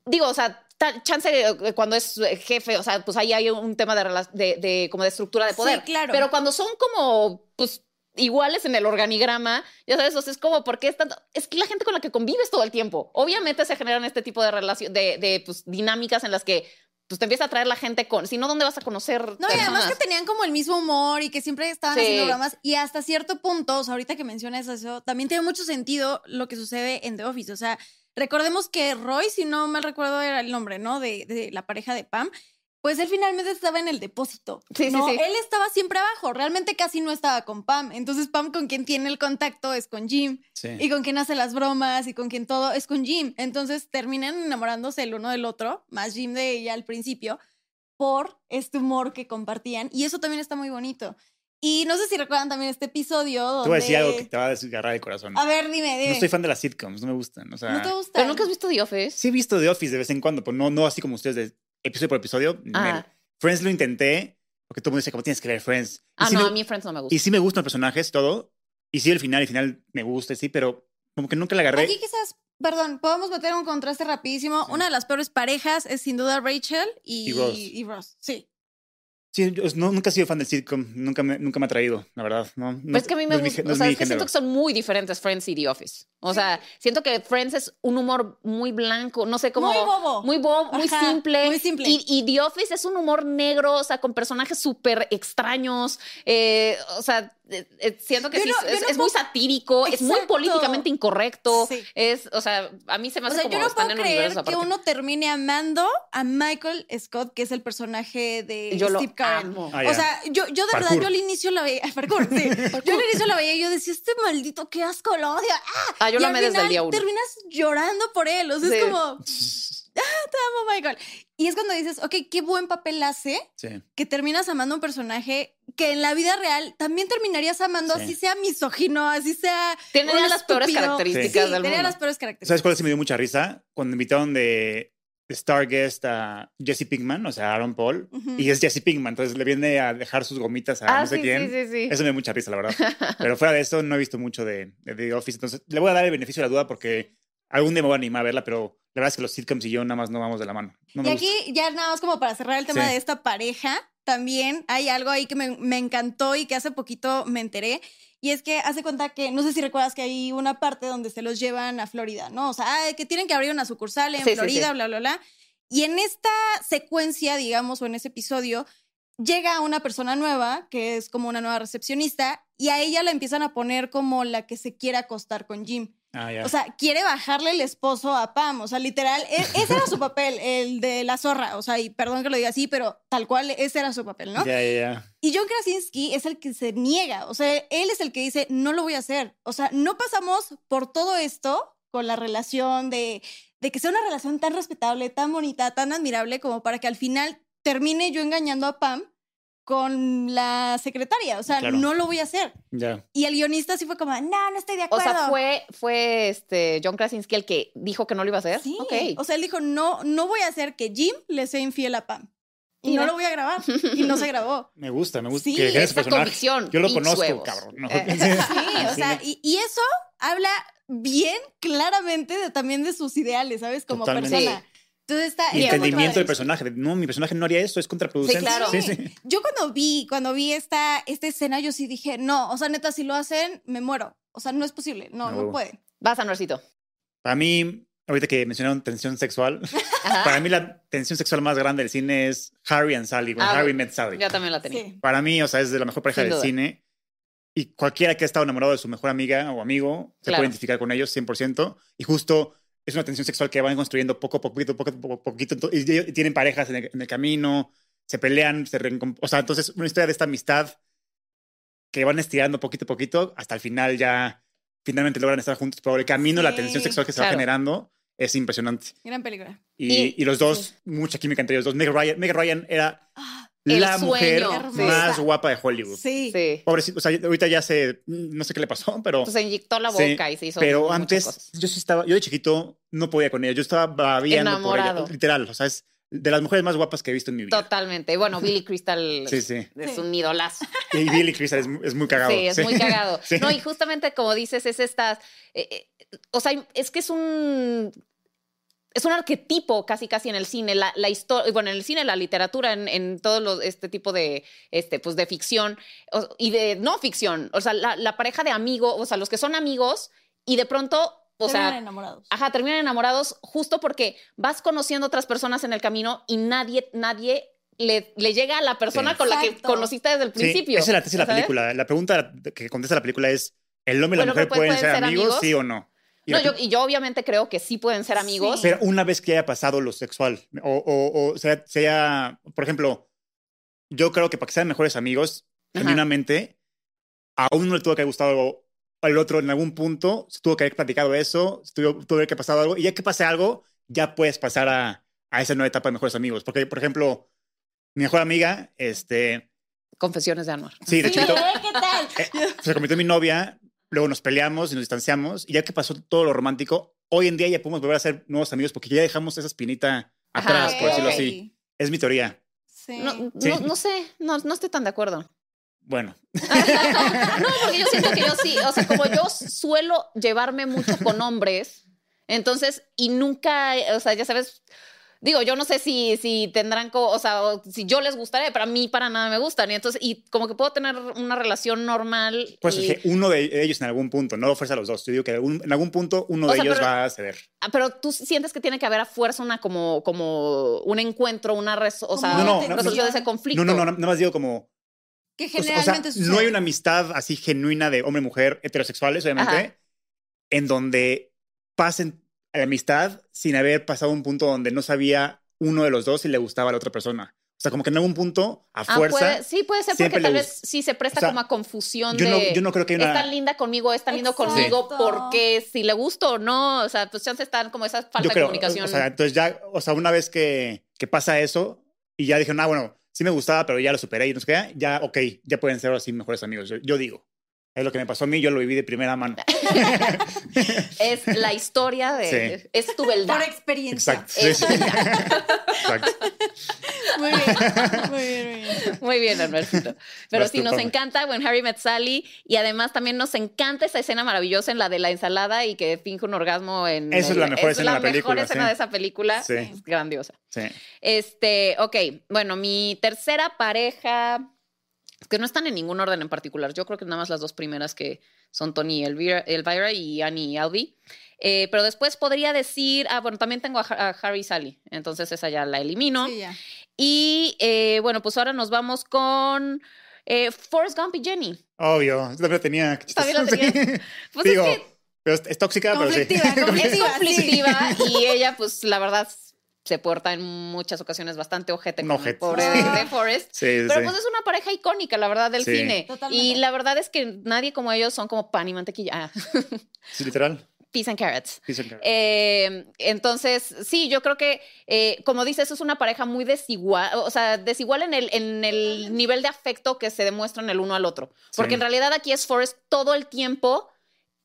S2: digo, o sea, tal chance eh, cuando es eh, jefe, o sea, pues ahí hay un tema de, rela- de, de- como de estructura de
S3: Sí,
S2: poder.
S3: claro.
S2: Pero cuando son como, pues iguales en el organigrama, ya sabes, o sea, es como, ¿por qué es tanto? Es que la gente con la que convives todo el tiempo. Obviamente se generan este tipo de relación, de, de, pues, dinámicas en las que pues te empieza a traer la gente con. Si no, ¿dónde vas a conocer?
S3: No, y además
S2: personas?
S3: que tenían como el mismo humor y que siempre estaban
S2: Sí.
S3: haciendo bromas. Y hasta cierto punto, o sea, ahorita que mencionas eso, también tiene mucho sentido lo que sucede en The Office. O sea, recordemos que Roy, si no mal recuerdo era el nombre, ¿no? De, de la pareja de Pam. Pues él finalmente estaba en el depósito.
S2: Sí, sí,
S3: ¿no?
S2: sí.
S3: Él estaba siempre abajo. Realmente casi no estaba con Pam. Entonces, Pam con quien tiene el contacto es con Jim.
S1: Sí.
S3: Y con quien hace las bromas y con quien todo es con Jim. Entonces terminan enamorándose el uno del otro, más Jim de ella al principio, por este humor que compartían. Y eso también está muy bonito. Y no sé si recuerdan también este episodio donde...
S1: Te voy a decir algo que te va a desgarrar el corazón.
S3: A ver, dime, dime.
S1: no soy fan de las sitcoms, no me gustan. O sea,
S3: ¿No te gusta?
S2: Pero nunca has visto The Office.
S1: sí he visto The Office de vez en cuando, pero no, no así como ustedes de episodio por episodio.
S2: Ah.
S1: Nel. Friends lo intenté, porque todo el mundo decía, como tienes que ver Friends. Y,
S2: Ah,
S1: sí
S2: no,
S1: me,
S2: a mí Friends no me gusta.
S1: y sí me gustan los personajes, todo. Y sí, el final, el final me gusta, sí, pero como que nunca le agarré.
S3: Aquí quizás, perdón, podemos meter un contraste rapidísimo.
S1: Sí.
S3: Una de las peores parejas es sin duda Rachel y,
S1: Y Ross.
S3: y Ross. Sí.
S1: Sí, yo no- nunca he sido fan del sitcom, nunca me, nunca me ha atraído, la verdad. No, no-
S2: Pues es que a mí
S1: no
S2: me
S1: es mi
S2: gusta,
S1: gé- no
S2: o
S1: es
S2: sea,
S1: mi
S2: es que siento
S1: género.
S2: que son muy diferentes Friends y The Office. O sea, siento que Friends es un humor muy blanco, no sé cómo.
S3: muy bobo.
S2: Muy bobo, muy
S3: Ajá,
S2: simple.
S3: muy simple.
S2: Y, y The Office es un humor negro, o sea, con personajes súper extraños. eh, o sea, eh, eh, siento que
S3: Yo
S2: sí,
S3: no- yo
S2: es,
S3: no
S2: es muy
S3: puedo-
S2: satírico, es muy
S3: Exacto.
S2: políticamente incorrecto.
S3: Sí.
S2: Es, o sea, a mí se me
S3: O
S2: hace
S3: sea,
S2: como
S3: yo no
S2: están
S3: puedo
S2: en un
S3: creer
S2: universo
S3: que
S2: aparte.
S3: uno termine amando a Michael Scott, que es el personaje de
S2: yo lo
S3: Steve Carell.
S2: amo.
S1: Ah,
S3: O
S1: ya.
S3: sea, yo, yo de verdad,
S1: Parkour.
S3: yo al inicio la veía, parkour, sí. yo al inicio la veía y yo decía, este maldito, qué asco, lo odio. Ah,
S2: Ah, yo
S3: y
S2: lo
S3: al
S2: amé desde el
S3: final
S2: día uno.
S3: terminas llorando por él. O sea, es
S2: Sí.
S3: como, amo a Michael. Y es cuando dices, ok, qué buen papel hace
S1: Sí.
S3: que terminas amando a un personaje que en la vida real también terminarías amando,
S1: Sí.
S3: así sea misógino, así sea.
S2: Tiene
S3: un
S2: de las peores
S3: estúpido.
S2: características
S3: Sí,
S2: del
S3: tenía
S2: mundo.
S3: las peores características.
S1: ¿Sabes cuál sí me dio mucha risa? Cuando invitaron de, de Star Guest a Jesse Pinkman, o sea, a Aaron Paul,
S3: Ujú.
S1: y es Jesse Pinkman, entonces le viene a dejar sus gomitas a
S2: Ah,
S1: no sé
S2: sí,
S1: quién.
S2: sí, sí, sí.
S1: Eso me dio mucha risa, la verdad. Pero fuera de eso, no he visto mucho de, de The Office, entonces le voy a dar el beneficio de la duda porque algún día me voy a animar a verla, pero la verdad es que los sitcoms y yo nada más no vamos de la mano. No me
S3: y
S1: gusta.
S3: aquí, ya nada más como para cerrar el tema
S1: Sí.
S3: de esta pareja, también hay algo ahí que me, me encantó y que hace poquito me enteré. Y es que hace cuenta que, no sé si recuerdas que hay una parte donde se los llevan a Florida, ¿no? O sea, ah, que tienen que abrir una sucursal en
S2: Sí, sí,
S3: Florida,
S2: sí.
S3: bla, bla, bla. Y en esta secuencia, digamos, o en ese episodio, llega una persona nueva, que es como una nueva recepcionista, y a ella la empiezan a poner como la que se quiere acostar con Jim.
S1: Ah, ya.
S3: O sea, quiere bajarle el esposo a Pam. O sea, literal, e- ese era su papel, el de la zorra. O sea, y perdón que lo diga así, pero tal cual, ese era su papel, ¿no?
S1: Ya, ya, ya.
S3: Y John Krasinski es el que se niega. O sea, él es el que dice, no lo voy a hacer. O sea, no pasamos por todo esto con la relación de, de que sea una relación tan respetable, tan bonita, tan admirable, como para que al final termine yo engañando a Pam con la secretaria. O sea,
S1: Claro.
S3: no lo voy a hacer.
S1: ya.
S3: Y el guionista sí fue como, no, no estoy de
S2: O
S3: acuerdo.
S2: sea, fue, fue este John Krasinski el que dijo que no lo iba a hacer.
S3: Sí.
S2: Ok.
S3: O sea, él dijo, no, no voy a hacer que Jim le sea infiel a Pam. Y
S2: Mira.
S3: no lo voy a grabar. Y no se grabó.
S1: Me gusta, me gusta.
S3: Sí,
S1: que genere ese
S2: esa
S1: personaje.
S2: convicción.
S1: Yo lo
S2: pinches
S1: conozco,
S2: huevos.
S1: cabrón. No.
S2: Eh,
S3: Sí, o
S1: Así
S3: sea,
S1: me-
S3: y, y eso habla bien claramente de- también de sus ideales, ¿sabes? Como
S1: Totalmente.
S3: persona. Entonces está...
S1: Y
S3: está muy
S1: entendimiento
S3: padre.
S1: del personaje. de, No, mi personaje no haría eso, es contraproducente.
S2: Sí, claro.
S1: Sí, sí.
S3: Yo cuando vi, cuando vi esta, esta escena, yo sí dije, no, o sea, neta, si lo hacen, me muero. O sea, no es posible. No, no,
S1: No.
S3: pueden.
S2: Vas, Anuarcito.
S1: Para mí, ahorita que mencionaron tensión sexual,
S2: Ajá.
S1: para mí la tensión sexual más grande del cine es Harry and Sally, when
S2: Ah,
S1: Harry met Sally.
S2: Yo también la tenía.
S3: Sí.
S1: Para mí, o sea, es de la mejor pareja
S2: Sin
S1: del
S2: duda.
S1: cine. Y cualquiera que ha estado enamorado de su mejor amiga o amigo se
S2: Claro.
S1: puede identificar con ellos 100%. Y justo es una tensión sexual que van construyendo poco a poquito, poco a poquito. ento- Y ellos tienen parejas en el, en el camino, se pelean, se reencom- O sea, entonces una historia de esta amistad que van estirando poquito a poquito hasta el final ya finalmente logran estar juntos. Pero el camino, la
S3: Sí,
S1: tensión sexual que se va
S2: claro.
S1: generando es impresionante.
S3: Gran película.
S1: Y,
S2: Y-
S1: y los dos,
S2: sí.
S1: mucha química entre ellos dos. Meg Ryan, Meg Ryan era
S3: Ah,
S2: El
S1: la
S2: sueño,
S1: mujer
S3: sí.
S1: más guapa de Hollywood.
S3: sí.
S2: Sí.
S1: Pobrecito, o sea, ahorita ya se, no sé qué le pasó, pero,
S2: Pues se inyectó la
S1: Sí,
S2: boca y se hizo.
S1: pero
S2: muchas
S1: antes
S2: cosas.
S1: yo sí estaba, yo de chiquito no podía con ella, yo estaba babiando por
S2: Enamorado.
S1: ella, literal, o sea, es de las mujeres más guapas que he visto en mi vida.
S2: Totalmente. Bueno, Billy Crystal
S1: Sí, sí.
S2: es
S3: Sí.
S2: un idolazo.
S1: Y Billy Crystal es, es muy cagado.
S2: Sí, es muy cagado.
S1: Sí.
S2: No, y justamente como dices, es estas. eh, eh, o sea, es que es un. Es un arquetipo casi casi en el cine, la, la historia, bueno, en el cine, la literatura, en, en todo lo- este tipo de, este, pues de ficción o- y de no ficción, o sea, la, la pareja de amigos, o sea, los que son amigos y de pronto o
S3: Terminan
S2: sea,
S3: enamorados.
S2: ajá, terminan enamorados justo porque vas conociendo otras personas en el camino y nadie, nadie le, le llega a la persona
S1: Sí.
S2: con la que
S3: Exacto.
S2: conociste desde el
S1: Sí,
S2: principio.
S1: esa es la tesis de la
S2: ¿sabes?
S1: película. La pregunta que contesta la película es: ¿el hombre y la
S2: Bueno,
S1: mujer
S2: pero pueden-
S1: pueden ser
S2: pueden ser
S1: amigos,
S2: amigos.
S1: sí o no? Y
S2: No,
S1: la-
S2: yo, y yo obviamente creo que sí pueden ser
S3: Sí.
S2: amigos.
S1: Pero una vez que haya pasado lo sexual, o, o, o sea, sea, por ejemplo, yo creo que para que sean mejores amigos,
S2: Ajá.
S1: genuinamente, a uno le tuvo que haber gustado al otro en algún punto, se tuvo que haber platicado eso, se tuvo, tuvo que haber pasado algo, y ya que pase algo, ya puedes pasar a, a esa nueva etapa de mejores amigos. Porque, por ejemplo, mi mejor amiga, este,
S2: Confesiones de Anuar.
S1: sí, de
S3: Sí,
S1: chiquito,
S3: ¿eh? ¿Qué tal?
S1: se convirtió en mi novia, luego nos peleamos y nos distanciamos, y ya que pasó todo lo romántico, hoy en día ya podemos volver a ser nuevos amigos porque ya dejamos esa espinita
S2: Ajá,
S1: atrás, por decirlo
S3: Ok.
S1: así. Es mi teoría.
S3: Sí.
S2: No,
S1: Sí.
S2: no, no sé, no, no estoy tan de acuerdo.
S1: Bueno,
S2: No, porque yo siento que yo sí, o sea, como yo suelo llevarme mucho con hombres, entonces, y nunca, o sea, ya sabes, digo, yo no sé si, si tendrán, co- o sea, o si yo les gustaré, pero a mí para nada me gustan. Y entonces, y como que puedo tener una relación normal.
S1: pues
S2: y-
S1: es que uno de ellos en algún punto, no ofrece a los dos. Yo digo que algún- en algún punto uno
S2: O
S1: de
S2: sea,
S1: ellos
S2: pero-
S1: va a ceder.
S2: Ah, pero tú sientes que tiene que haber a fuerza una como, como un encuentro, una res- o sea,
S1: No, no, no,
S2: resolución de ese conflicto.
S1: No, no, no, nada más digo como.
S3: Que
S1: Pues, o sea, o sea,
S3: generalmente sucede.
S1: no hay una amistad así genuina de hombre-mujer heterosexuales, obviamente,
S2: Ajá.
S1: en donde pasen a la amistad sin haber pasado un punto donde no sabía uno de los dos si le gustaba a la otra persona. O sea, como que en algún punto, a
S2: Ah,
S1: fuerza.
S2: puede- sí, puede ser porque
S1: siempre le
S2: tal
S1: bus-
S2: vez sí se
S1: o
S2: presta
S1: sea,
S2: como a confusión
S1: yo,
S2: de.
S1: no, yo no creo que hay
S2: es tan
S1: una.
S2: linda conmigo, es tan lindo
S3: Exacto.
S2: conmigo, porque si le gusto o no, o sea, pues chance están como esa falta
S1: yo creo,
S2: de comunicación.
S1: O sea, entonces ya, o sea, una vez que, que pasa eso y ya dijeron, ah, bueno, sí me gustaba, pero ya lo superé y no sé qué, ya, ok, ya pueden ser así mejores amigos. Yo, yo digo, es lo que me pasó a mí, yo lo viví de primera mano.
S2: es la historia de. Es tu beldad.
S3: Por experiencia.
S1: Exacto. sí, sí. Exacto.
S3: Muy bien, muy bien, muy bien.
S2: Muy bien, Albertito. Pero
S1: Vas
S2: sí,
S1: tú,
S2: nos
S1: Pame.
S2: encanta When Harry Met Sally y además también nos encanta esa escena maravillosa en la de la ensalada y que finge un orgasmo en.
S1: Esa es la mejor escena de la
S2: mejor
S1: película,
S2: escena
S1: sí.
S2: de esa película.
S1: Sí.
S2: Es grandiosa.
S1: Sí.
S2: Este, ok, bueno, mi tercera pareja, es que no están en ningún orden en particular, yo creo que nada más las dos primeras que son Tony y Elvira, Elvira y Annie y Albi. Eh, pero después podría decir, ah, bueno, también tengo a, Ha- a Harry y Sally, entonces esa ya la elimino.
S3: Sí, ya.
S2: Y eh, bueno, pues ahora nos vamos con eh, Forrest Gump y Jenny.
S1: Obvio, yo también la tenía.
S2: También la tenías. Pues
S1: Digo,
S2: es que
S1: pero es, es tóxica, pero sí.
S3: Conflictiva,
S2: es
S3: conflictiva. sí.
S2: conflictiva y ella, pues la verdad, se porta en muchas ocasiones bastante ojete
S1: Un
S2: con el
S1: ojete.
S2: pobre de, de Forrest.
S1: Sí, sí,
S2: Pero
S1: sí.
S2: pues es una pareja icónica, la verdad, del
S1: Sí.
S2: cine.
S3: Totalmente.
S2: Y la verdad es que nadie como ellos son como pan y mantequilla. Ah,
S1: Sí, literal.
S2: peas and carrots.
S1: Sí, sí, claro.
S2: Eh, entonces, sí, yo creo que, eh, como dices, es una pareja muy desigual, o sea, desigual en el, en el nivel de afecto que se demuestran el uno al otro. Porque
S1: Sí.
S2: en realidad aquí es Forrest todo el tiempo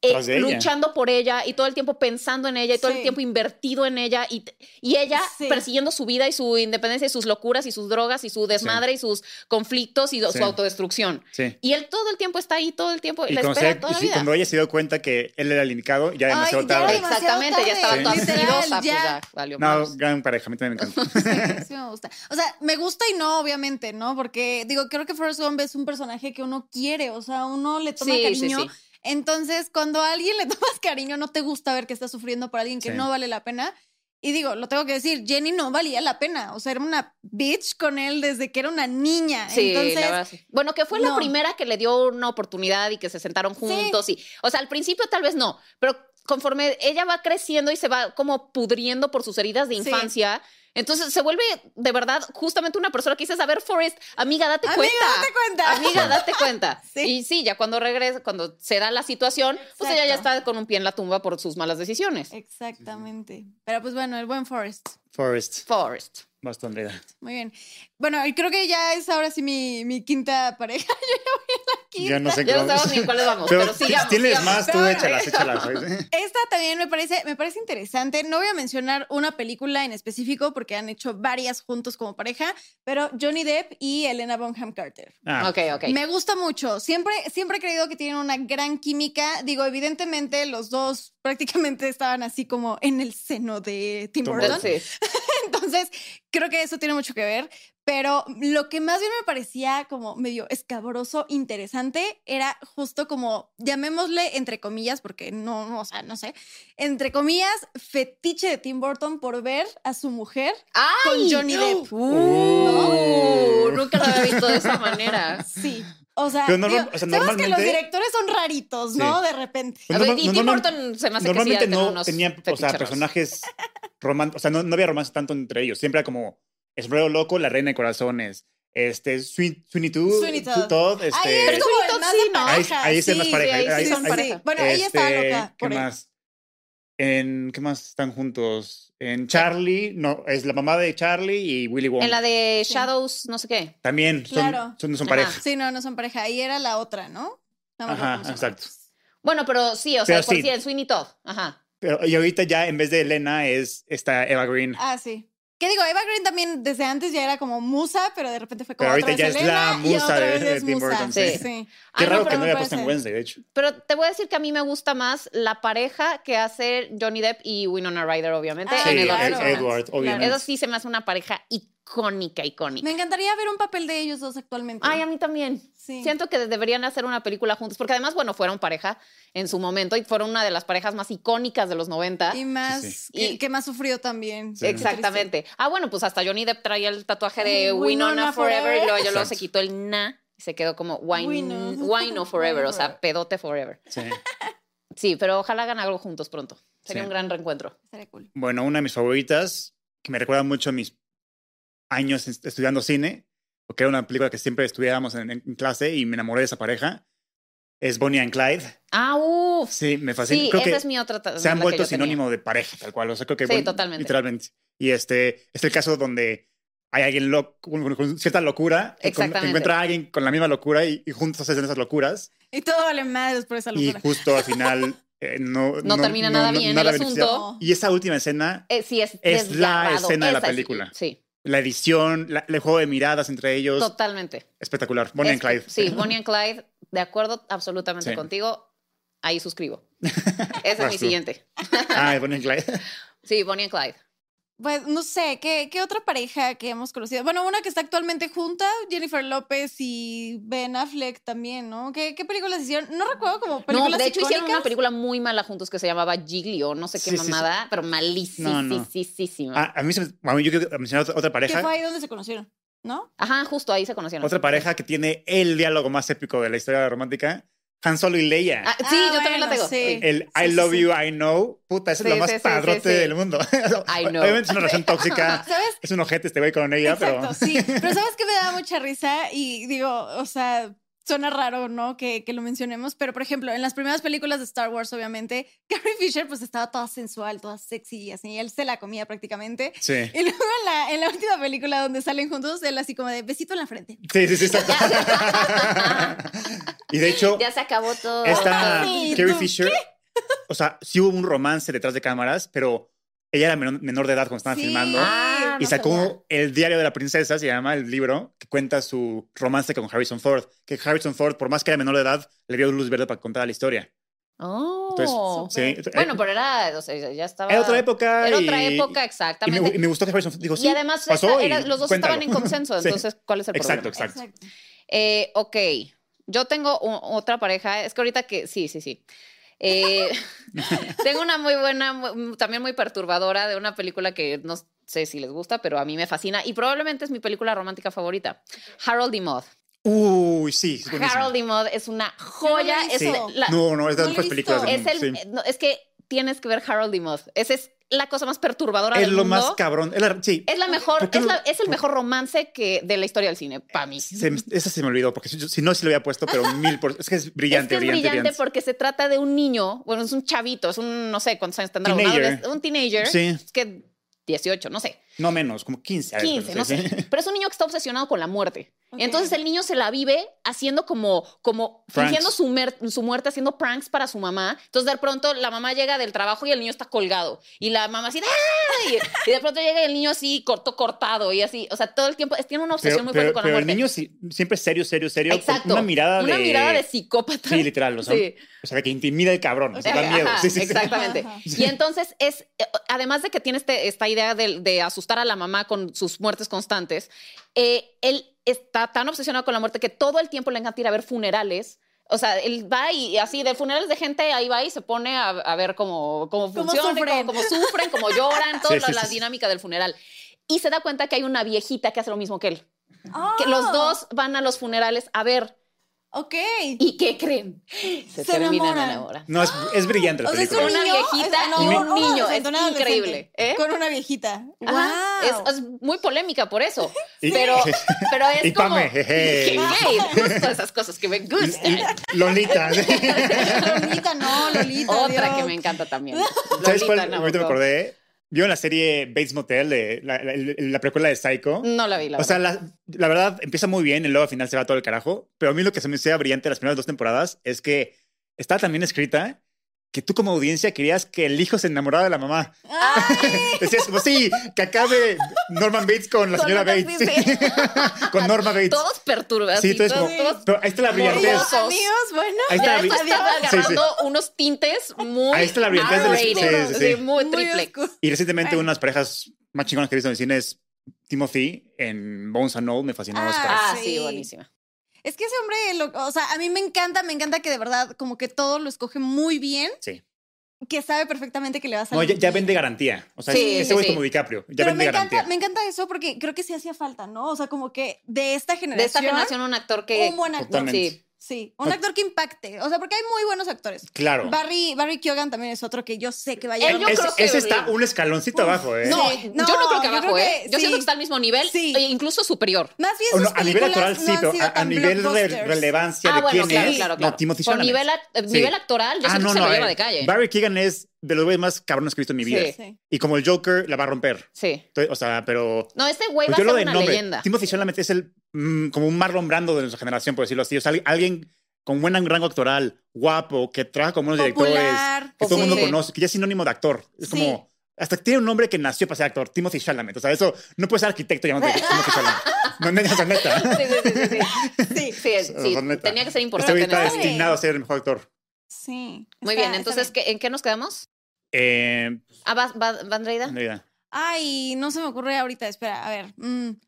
S2: eh,
S1: Tras de ella.
S2: luchando por ella y todo el tiempo pensando en ella y todo el
S3: Sí.
S2: tiempo invertido en ella y, y ella
S3: Sí.
S2: persiguiendo su vida y su independencia y sus locuras y sus drogas y su desmadre y sus conflictos y
S1: Sí.
S2: su autodestrucción.
S1: Sí.
S2: Y él todo el tiempo está ahí, todo el tiempo, y
S1: Y
S2: la
S1: cuando,
S2: espera
S1: se-
S2: toda
S1: y
S2: la
S1: sí,
S2: vida.
S1: cuando ella se dio cuenta que él era el indicado, ya
S3: Ay,
S1: demasiado
S3: ya
S1: tarde.
S3: demasiado
S2: Exactamente, ya estaba
S1: tarde,
S2: toda
S3: literal,
S2: asquerosa, pues
S3: ya.
S2: ya valió
S1: No,
S2: madres.
S1: gran pareja, a mí también me encanta.
S3: Sí, sí me gusta. O sea, me gusta y no, obviamente, ¿no? Porque digo, creo que Forrest Gump es un personaje que uno quiere, o sea, uno le toma
S2: Sí, sí,
S3: cariño.
S2: sí.
S3: Entonces, cuando a alguien le tomas cariño, no te gusta ver que está sufriendo por alguien que
S1: Sí.
S3: no vale la pena. Y digo, lo tengo que decir, Jenny no valía la pena. O sea, era una bitch con él desde que era una niña.
S2: Sí,
S3: Entonces,
S2: la verdad, sí. Bueno, que fue la
S3: no.
S2: primera que le dio una oportunidad y que se sentaron juntos. Y, o sea, al principio tal vez no, pero conforme ella va creciendo y se va como pudriendo por sus heridas de
S3: Sí.
S2: infancia, entonces se vuelve de verdad justamente una persona que dices, a ver, Forrest, amiga, date
S3: Amiga,
S2: cuenta.
S3: date cuenta.
S2: Amiga, date cuenta.
S3: Sí.
S2: Y sí, ya cuando regresa, cuando se da la situación, pues ella ya
S3: Exacto.
S2: está con un pie en la tumba por sus malas decisiones.
S3: Exactamente. Pero pues bueno, el buen Forrest.
S1: Forrest,
S2: Forrest.
S1: Boston Rida.
S3: Muy bien. Bueno, y creo que ya es ahora sí mi, mi quinta pareja. Yo ya voy a la quinta.
S1: Yo no sé
S2: Ya no
S1: cómo-
S2: sabemos ni en cuáles vamos, pero,
S1: Pero
S2: sigamos.
S1: tienes
S2: sigamos.
S1: más, tú
S3: Pero bueno.
S1: échalas, échalas. ¿sabes?
S3: Esta también me parece, me parece interesante. No voy a mencionar una película en específico porque han hecho varias juntos como pareja, pero Johnny Depp y Elena Bonham Carter.
S1: Ah,
S2: Ok, ok.
S3: Me gusta mucho. Siempre, siempre he creído que tienen una gran química. Digo, evidentemente los dos prácticamente estaban así como en el seno de Tim
S1: Tom
S3: Burton.
S1: Burton.
S2: Sí.
S3: Entonces, creo que eso tiene mucho que ver. Pero lo que más bien me parecía como medio escabroso, interesante, era justo como, llamémosle entre comillas, porque no, no, o sea, no sé, entre comillas, fetiche de Tim Burton por ver a su mujer
S2: ¡Ay!
S3: con Johnny Depp.
S2: Uh, Nunca lo había visto de esa manera.
S3: Sí. O sea,
S1: Pero normal-
S3: digo,
S1: o sea,
S3: sabemos que los
S1: normalmente-
S3: directores son raritos, ¿no?
S1: Sí.
S3: De repente.
S2: A
S1: Pues Norma-
S2: ver, y Tim
S1: normal-
S2: Burton se me hace que sí ha de
S1: Normalmente
S2: tener
S1: no
S2: unos
S1: tenían, o sea,
S2: fetiches raros.
S1: personajes románticos, o sea, no, no había romance tanto entre ellos. Siempre era como Esbreo Loco, La Reina de Corazones, este, Swin- Sweeney Todd,
S3: Sweeney Todd.
S1: este,
S3: Ahí es como
S2: Sweeney
S3: el
S2: Todd
S3: más
S2: sí,
S3: de
S2: ¿no?
S1: Ahí-
S3: pareja.
S1: ahí se
S3: sí,
S1: más pareja,
S3: sí,
S2: ahí-
S3: ahí
S2: ahí-
S3: son
S2: ahí-
S3: pareja. Bueno, ella estaba
S1: este,
S3: loca
S1: ¿Qué
S3: por él.
S1: más? En, ¿Qué más están juntos? En Charlie, no, es la mamá de Charlie y Willy Wonka.
S2: En la de Shadows, no sé qué.
S1: También son,
S3: Claro.
S1: son, son
S2: Ajá.
S1: pareja.
S3: Sí, no, no son pareja. Ahí era la otra, ¿no? No me acuerdo
S1: Ajá,
S3: cómo se llama.
S1: exacto.
S2: Bueno, pero sí, o sea,
S1: Pero
S2: por
S1: sí.
S2: sí, el Sweeney Todd. Ajá.
S1: Pero, y ahorita ya en vez de Elena es esta Eva Green.
S3: Ah, sí. ¿Qué digo? Eva Green también desde antes ya era como musa, pero de repente fue como
S1: Pero ahorita
S3: otra vez
S1: ya es
S3: Elena
S1: la
S3: y
S1: musa
S3: otra
S1: de-
S3: vez
S1: de
S3: es
S1: Tim
S3: musa.
S1: Burton,
S2: sí.
S3: sí.
S1: Qué
S2: Ah, no,
S1: raro que
S2: pero
S1: no
S3: me
S1: haya puesto en
S3: parece.
S1: Wednesday, de hecho.
S2: Pero te voy a decir que a mí me gusta más la pareja que hace Johnny Depp y Winona Ryder, obviamente.
S3: Ah,
S1: Sí,
S2: en Edward
S1: Ed-
S3: claro.
S2: Scissorhands.
S1: Edward, obviamente.
S2: Eso sí se me hace una pareja icónica, icónica.
S3: Me encantaría ver un papel de ellos dos actualmente.
S2: Ay, a mí también.
S3: Sí.
S2: Siento que deberían hacer una película juntos, porque además, bueno, fueron pareja en su momento y fueron una de las parejas más icónicas de los 90.
S3: Y más,
S1: Sí, sí.
S3: Que,
S2: Y-
S3: que más sufrió también.
S1: Sí.
S3: Qué triste.
S2: Exactamente. Ah, bueno, pues hasta Johnny Depp traía el tatuaje de
S3: Winona
S2: Winona, Forever, y luego, ya luego se
S1: Exacto.
S2: quitó el na y se quedó como
S3: Wino.
S2: Wino, Wino Forever, o sea, pedote Forever.
S1: Sí.
S2: Sí, pero ojalá hagan algo juntos pronto. Sería
S1: Sí.
S2: un gran reencuentro.
S3: Estaría cool.
S1: Bueno, una de mis favoritas, que me recuerda mucho a mis años est- estudiando cine, porque era una película que siempre estudiábamos en, en clase y me enamoré de esa pareja, es Bonnie and Clyde.
S2: Ah, uff.
S1: Sí, me fascina.
S2: Sí,
S1: creo
S2: esa
S1: que
S2: es mi otra. ta-
S1: se han
S2: la que
S1: vuelto
S2: yo tenía.
S1: sinónimo de pareja, tal cual. O sea, creo que
S2: Sí, totalmente.
S1: literalmente. Y este es el caso donde hay alguien loco, con, con cierta locura, que, con- que
S2: Exactamente.
S1: encuentra a alguien con la misma locura y, y juntos hacen esas locuras.
S3: Y todo vale madres por esa
S1: Y
S3: locura.
S1: justo al final eh, no,
S2: No termina nada bien el
S1: beneficia.
S2: asunto.
S3: No.
S1: Y esa última escena,
S2: Eh, sí, es,
S1: Es la
S2: desgarrado.
S1: escena de la
S2: Esa es-
S1: película.
S2: sí,
S1: la edición, la- el juego de miradas entre ellos,
S2: totalmente.
S1: espectacular. Bonnie and
S2: Es-
S1: Clyde.
S2: Sí, Bonnie and Clyde, de acuerdo absolutamente
S1: Sí.
S2: contigo. Ahí suscribo. Ese es
S1: Vas
S2: mi
S1: tú.
S2: siguiente.
S1: Ah, Bonnie and Clyde.
S2: Sí, Bonnie and Clyde.
S3: Pues no sé, ¿qué, ¿qué otra pareja que hemos conocido? Bueno, una que está actualmente junta, Jennifer López y Ben Affleck también, ¿no? ¿Qué, qué películas hicieron? No recuerdo como películas
S2: No, de hecho hicieron una
S3: icónicas.
S2: película muy mala juntos que se llamaba Giglio, no sé qué
S1: Sí, sí, sí.
S2: mamada, pero
S1: No,
S2: malísima.
S1: no. Ah, a mí se me, a mí yo quiero mencionar otra- otra
S3: Que fue
S1: pareja.
S3: ahí donde se conocieron, ¿no?
S2: Ajá, justo ahí se conocieron.
S1: Otra pareja que tiene el diálogo más épico de la historia romántica. Han Solo y Leia.
S2: Ah, sí,
S3: Ah,
S2: yo también la
S3: bueno,
S2: tengo.
S3: sí.
S2: sí.
S1: El
S3: Sí,
S1: I
S3: sí,
S1: love
S3: sí.
S1: you, I know. Puta, ese es
S2: Sí,
S1: lo más
S2: sí, sí, sí,
S1: padrote
S2: sí.
S1: del mundo.
S2: I know.
S1: Obviamente es una relación tóxica.
S3: ¿Sabes?
S1: Es un ojete este güey con ella,
S3: Exacto,
S1: pero.
S3: sí. Pero sabes que me daba mucha risa y digo, o sea, suena raro, ¿no? Que, que lo mencionemos, pero por ejemplo, en las primeras películas de Star Wars, obviamente, Carrie Fisher pues estaba toda sensual, toda sexy y así, y él se la comía prácticamente.
S1: Sí.
S3: Y luego en la, en la última película donde salen juntos, él así como de besito en la frente.
S1: Sí, sí, sí, exacto. y de hecho,
S2: Ya se acabó todo.
S1: esta
S3: Ay,
S1: Carrie
S3: ¿tú
S1: Fisher, o sea, sí hubo un romance detrás de cámaras, pero ella era menor, menor de edad cuando estaban
S3: Sí.
S1: filmando.
S2: Ah,
S1: Y
S2: no sabía.
S1: sacó el diario de la princesa, se llama el libro, que cuenta su romance con Harrison Ford. Que Harrison Ford, por más que era menor de edad, le dio luz verde para contar la historia.
S2: Oh.
S1: Entonces, sí,
S2: bueno, pero era, o sea, ya estaba.
S1: Era otra época.
S2: Era
S1: y-
S2: otra época,
S1: Y me,
S2: exactamente.
S1: gu- y me gustó que Harrison Ford dijo,
S2: Y
S1: sí,
S2: además
S1: pasó
S2: esta-
S1: y
S2: era- los dos
S1: cuéntalo.
S2: estaban en consenso,
S1: Sí.
S2: entonces, ¿cuál es el
S1: Exacto,
S2: problema?
S1: exacto.
S2: Eh, ok, yo tengo u- otra pareja, es que ahorita que, sí, sí, sí. Eh, tengo una muy buena, mu- también muy perturbadora de una película que no sé si les gusta, pero a mí me fascina y probablemente es mi película romántica favorita, Harold y Maude.
S1: Uy, sí, es buenísimo.
S2: Harold y Maude es una joya,
S3: Yo no la he
S2: es,
S1: Sí.
S3: eso-
S2: la-
S1: no, no, es de
S3: no
S1: las
S3: lo
S1: mejores
S3: he
S1: películas del
S2: es,
S1: mundo.
S2: el,
S1: sí.
S2: eh, no, es que tienes que ver Harold y Maude, esa es la cosa más perturbadora
S1: Es
S2: del
S1: lo
S2: mundo.
S1: más cabrón. Es la- sí,
S2: Es la mejor,
S1: ¿Por qué
S2: es,
S1: no-
S2: la- es el
S1: por-
S2: mejor romance que de la historia del cine, para mí.
S1: se me- esa se me olvidó, porque si, yo- si no, sí lo había puesto, pero mil por... Es que es
S2: Es
S1: brillante,
S2: que es
S1: brillante,
S2: brillante,
S1: brillante.
S2: porque se trata de un niño, bueno, es un chavito, es un, no sé cuántos años tendrá, un
S1: Teenager.
S2: adolesc- un teenager,
S1: Sí,
S2: es que 18, no sé,
S1: no menos, como 15. a veces,
S2: 15, no
S1: sí,
S2: sé,
S1: sí.
S2: pero es un niño que está obsesionado con la muerte.
S3: Ok.
S2: Entonces el niño se la vive haciendo como, como
S1: Pranks.
S2: fingiendo su, mer- su muerte, haciendo pranks para su mamá. Entonces de pronto la mamá llega del trabajo y el niño está colgado. Y la mamá así, ¡ah! Y, y de pronto llega y el niño así, corto, cortado y así. O sea, todo el tiempo, es- tiene una obsesión
S1: Pero,
S2: muy
S1: pero-
S2: fuerte con
S1: pero
S2: la
S1: el
S2: muerte.
S1: niño sí, siempre serio, serio, serio.
S2: Exacto.
S1: Con una mirada de...
S2: Una mirada de psicópata.
S1: Sí, literal, o sea,
S2: Sí.
S1: o sea, que intimida el cabrón, o sea, da miedo.
S2: Ajá,
S1: Sí, sí, sí.
S2: Exactamente.
S3: Ajá.
S2: Y entonces es, eh, además de que tiene este- esta idea del- de, asu- asustar a la mamá con sus muertes constantes, eh, él está tan obsesionado con la muerte que todo el tiempo le encanta ir a ver funerales. O sea, él va y así de funerales de gente, ahí va y se pone a, a ver cómo, cómo
S3: Cómo
S2: funciona,
S3: sufren.
S2: cómo, cómo sufren, cómo lloran, toda
S1: Sí,
S2: la,
S1: sí,
S2: la
S1: sí, sí.
S2: dinámica del funeral. Y se da cuenta que hay una viejita que hace lo mismo que él.
S3: Ah,
S2: Que los dos van a los funerales a ver.
S3: Ok.
S2: ¿Y qué creen? Se,
S3: Se
S2: terminan
S3: enamoran.
S2: enamorando.
S1: No, es, es brillante la
S3: O sea, es
S1: película.
S2: Una
S3: niño,
S2: viejita
S3: o sea,
S2: y
S3: no,
S2: un
S3: no,
S2: niño.
S3: o sea,
S2: Es
S3: un adolescente.
S2: increíble. ¿eh?
S3: Con una viejita.
S2: Ajá.
S3: Wow.
S2: Es, es muy polémica por eso.
S1: Y-
S2: Pero, pero es
S1: Y
S2: como.
S1: Pame, jeje.
S2: Jeje, justo esas cosas que me gustan.
S1: Y- y Lolita.
S3: Lolita, no, Lolita.
S2: Otra
S3: Dios.
S2: que me encanta también.
S1: ¿Sabes cuál?
S2: Lolita Nabokov.
S1: Ahorita me acordé. Vio la serie Bates Motel, de la, la- la precuela de Psycho.
S2: No la vi, la
S1: o sea,
S2: verdad.
S1: la, la verdad empieza muy bien y luego al final se va todo el carajo. Pero a mí lo que se me hacía brillante de las primeras dos temporadas es que está también escrita que tú como audiencia querías que el hijo se enamorara de la mamá. Decías como, sí, que acabe Norman Bates con la
S2: Con
S1: señora
S2: una- sí,
S1: Bates.
S2: sí.
S1: con Norma Bates.
S2: Todos perturbados.
S1: sí,
S2: Sí,
S1: entonces
S2: todos,
S1: como-
S2: todos-
S1: pero ahí está la brillantez.
S2: Morboso.
S3: Amigos, bueno.
S1: Ahí está
S2: Ya
S1: la
S2: esto
S1: brillantez.
S2: estaba
S1: Sí, sí.
S2: agarrando unos tintes muy.
S1: Ahí está la brillantez de
S3: la-
S2: R-rated,
S1: sí, sí, sí.
S2: sí, Muy
S3: muy
S2: triple.
S3: oscuro.
S1: Y recientemente
S3: Ay.
S1: una de las parejas más chingonas que he visto en el cine es Timothy en Bones and All. Me fascinó.
S3: Ah,
S1: esa pareja.
S2: Ah, sí,
S3: Sí.
S2: buenísima.
S3: Es que ese hombre, lo- o sea, a mí me encanta, me encanta que de verdad como que todo lo escoge muy bien.
S1: Sí.
S3: Que sabe perfectamente que le va a salir.
S1: No, ya, ya
S3: bien.
S1: vende garantía. O sea,
S2: Sí,
S1: ese
S2: sí,
S1: güey
S2: sí.
S1: es como DiCaprio. Ya
S3: Pero
S1: vende
S3: me encanta,
S1: garantía.
S3: me encanta eso porque creo que sí hacía falta, ¿no? O sea, como que de esta generación.
S2: De esta generación, un actor que.
S3: un buen actor.
S1: Totalmente.
S2: Sí.
S3: Sí, un actor que impacte. O sea, porque hay muy buenos actores.
S1: Claro.
S3: Barry, Barry Keoghan también es otro que yo sé que va a
S2: Él
S3: llegar.
S2: yo
S1: Es-
S2: creo que-
S1: ese está un escaloncito abajo, ¿eh?
S2: No,
S3: Sí.
S2: yo no
S3: No,
S2: creo que
S3: yo
S2: abajo,
S3: creo
S2: ¿eh?
S3: que
S2: Yo siento
S3: sí.
S2: que está al mismo nivel,
S3: Sí.
S2: e incluso superior.
S3: Más bien
S1: O Oh, no,
S3: sus
S1: a nivel
S3: películas
S1: actoral sí,
S3: no han
S1: pero
S3: sido
S1: a, a
S3: tan
S1: nivel re-
S3: blockbusters.
S1: relevancia
S2: Ah,
S1: de
S2: bueno,
S1: quién
S2: claro,
S1: es.
S2: claro,
S1: No,
S2: claro.
S1: Timothy
S2: Por
S1: Chalamet.
S2: nivel, act- eh,
S1: Sí.
S2: nivel actoral, yo
S1: Ah,
S2: siento
S1: no,
S2: que se
S1: no.
S2: lo
S1: a
S2: lleva
S1: ver,
S2: de calle.
S1: Barry Keegan es de los güeyes más cabrones que he visto en mi vida.
S2: Sí.
S3: Sí.
S1: Y como el Joker, la va a romper.
S2: Sí.
S1: Entonces, o sea, pero...
S2: No, este güey va
S1: Pues
S2: a
S1: yo
S2: ser
S1: lo de
S2: una
S1: nombre.
S2: leyenda.
S1: Timothy Chalamet es el mm, como un Marlon Brando de nuestra generación, por decirlo así. O sea, al- alguien con buen rango actoral, guapo, que trabaja con buenos directores,
S3: Popular.
S1: que todo el mundo
S2: sí.
S1: conoce, que ya es sinónimo de actor. Es
S3: Sí.
S1: como hasta tiene un nombre que nació para ser actor, Timothy Chalamet. O sea, eso no puede ser arquitecto llamándote Timothy Chalamet. No, neta, o sea, neta.
S2: Sí, sí, sí, sí, sí.
S3: Sí.
S2: Sí, es-
S1: O
S2: sí,
S1: sea, neta.
S2: tenía que
S1: Este
S2: ser importante.
S1: güey
S2: en
S1: está
S2: esa-
S3: Padre.
S1: destinado a ser el mejor actor.
S3: Sí.
S2: Muy
S3: Está-
S2: bien,
S3: está
S2: entonces, ¿qué- ¿en qué nos quedamos?
S1: Eh,
S2: Ah, ¿va- va- Vandreida?
S1: no hay idea.
S3: Ay, no se me ocurre ahorita. Espera, a ver. mm.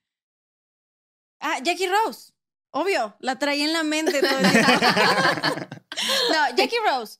S3: Ah, Jackie Rose. Obvio, la traía en la mente todo el tiempo. no, Jackie Rose.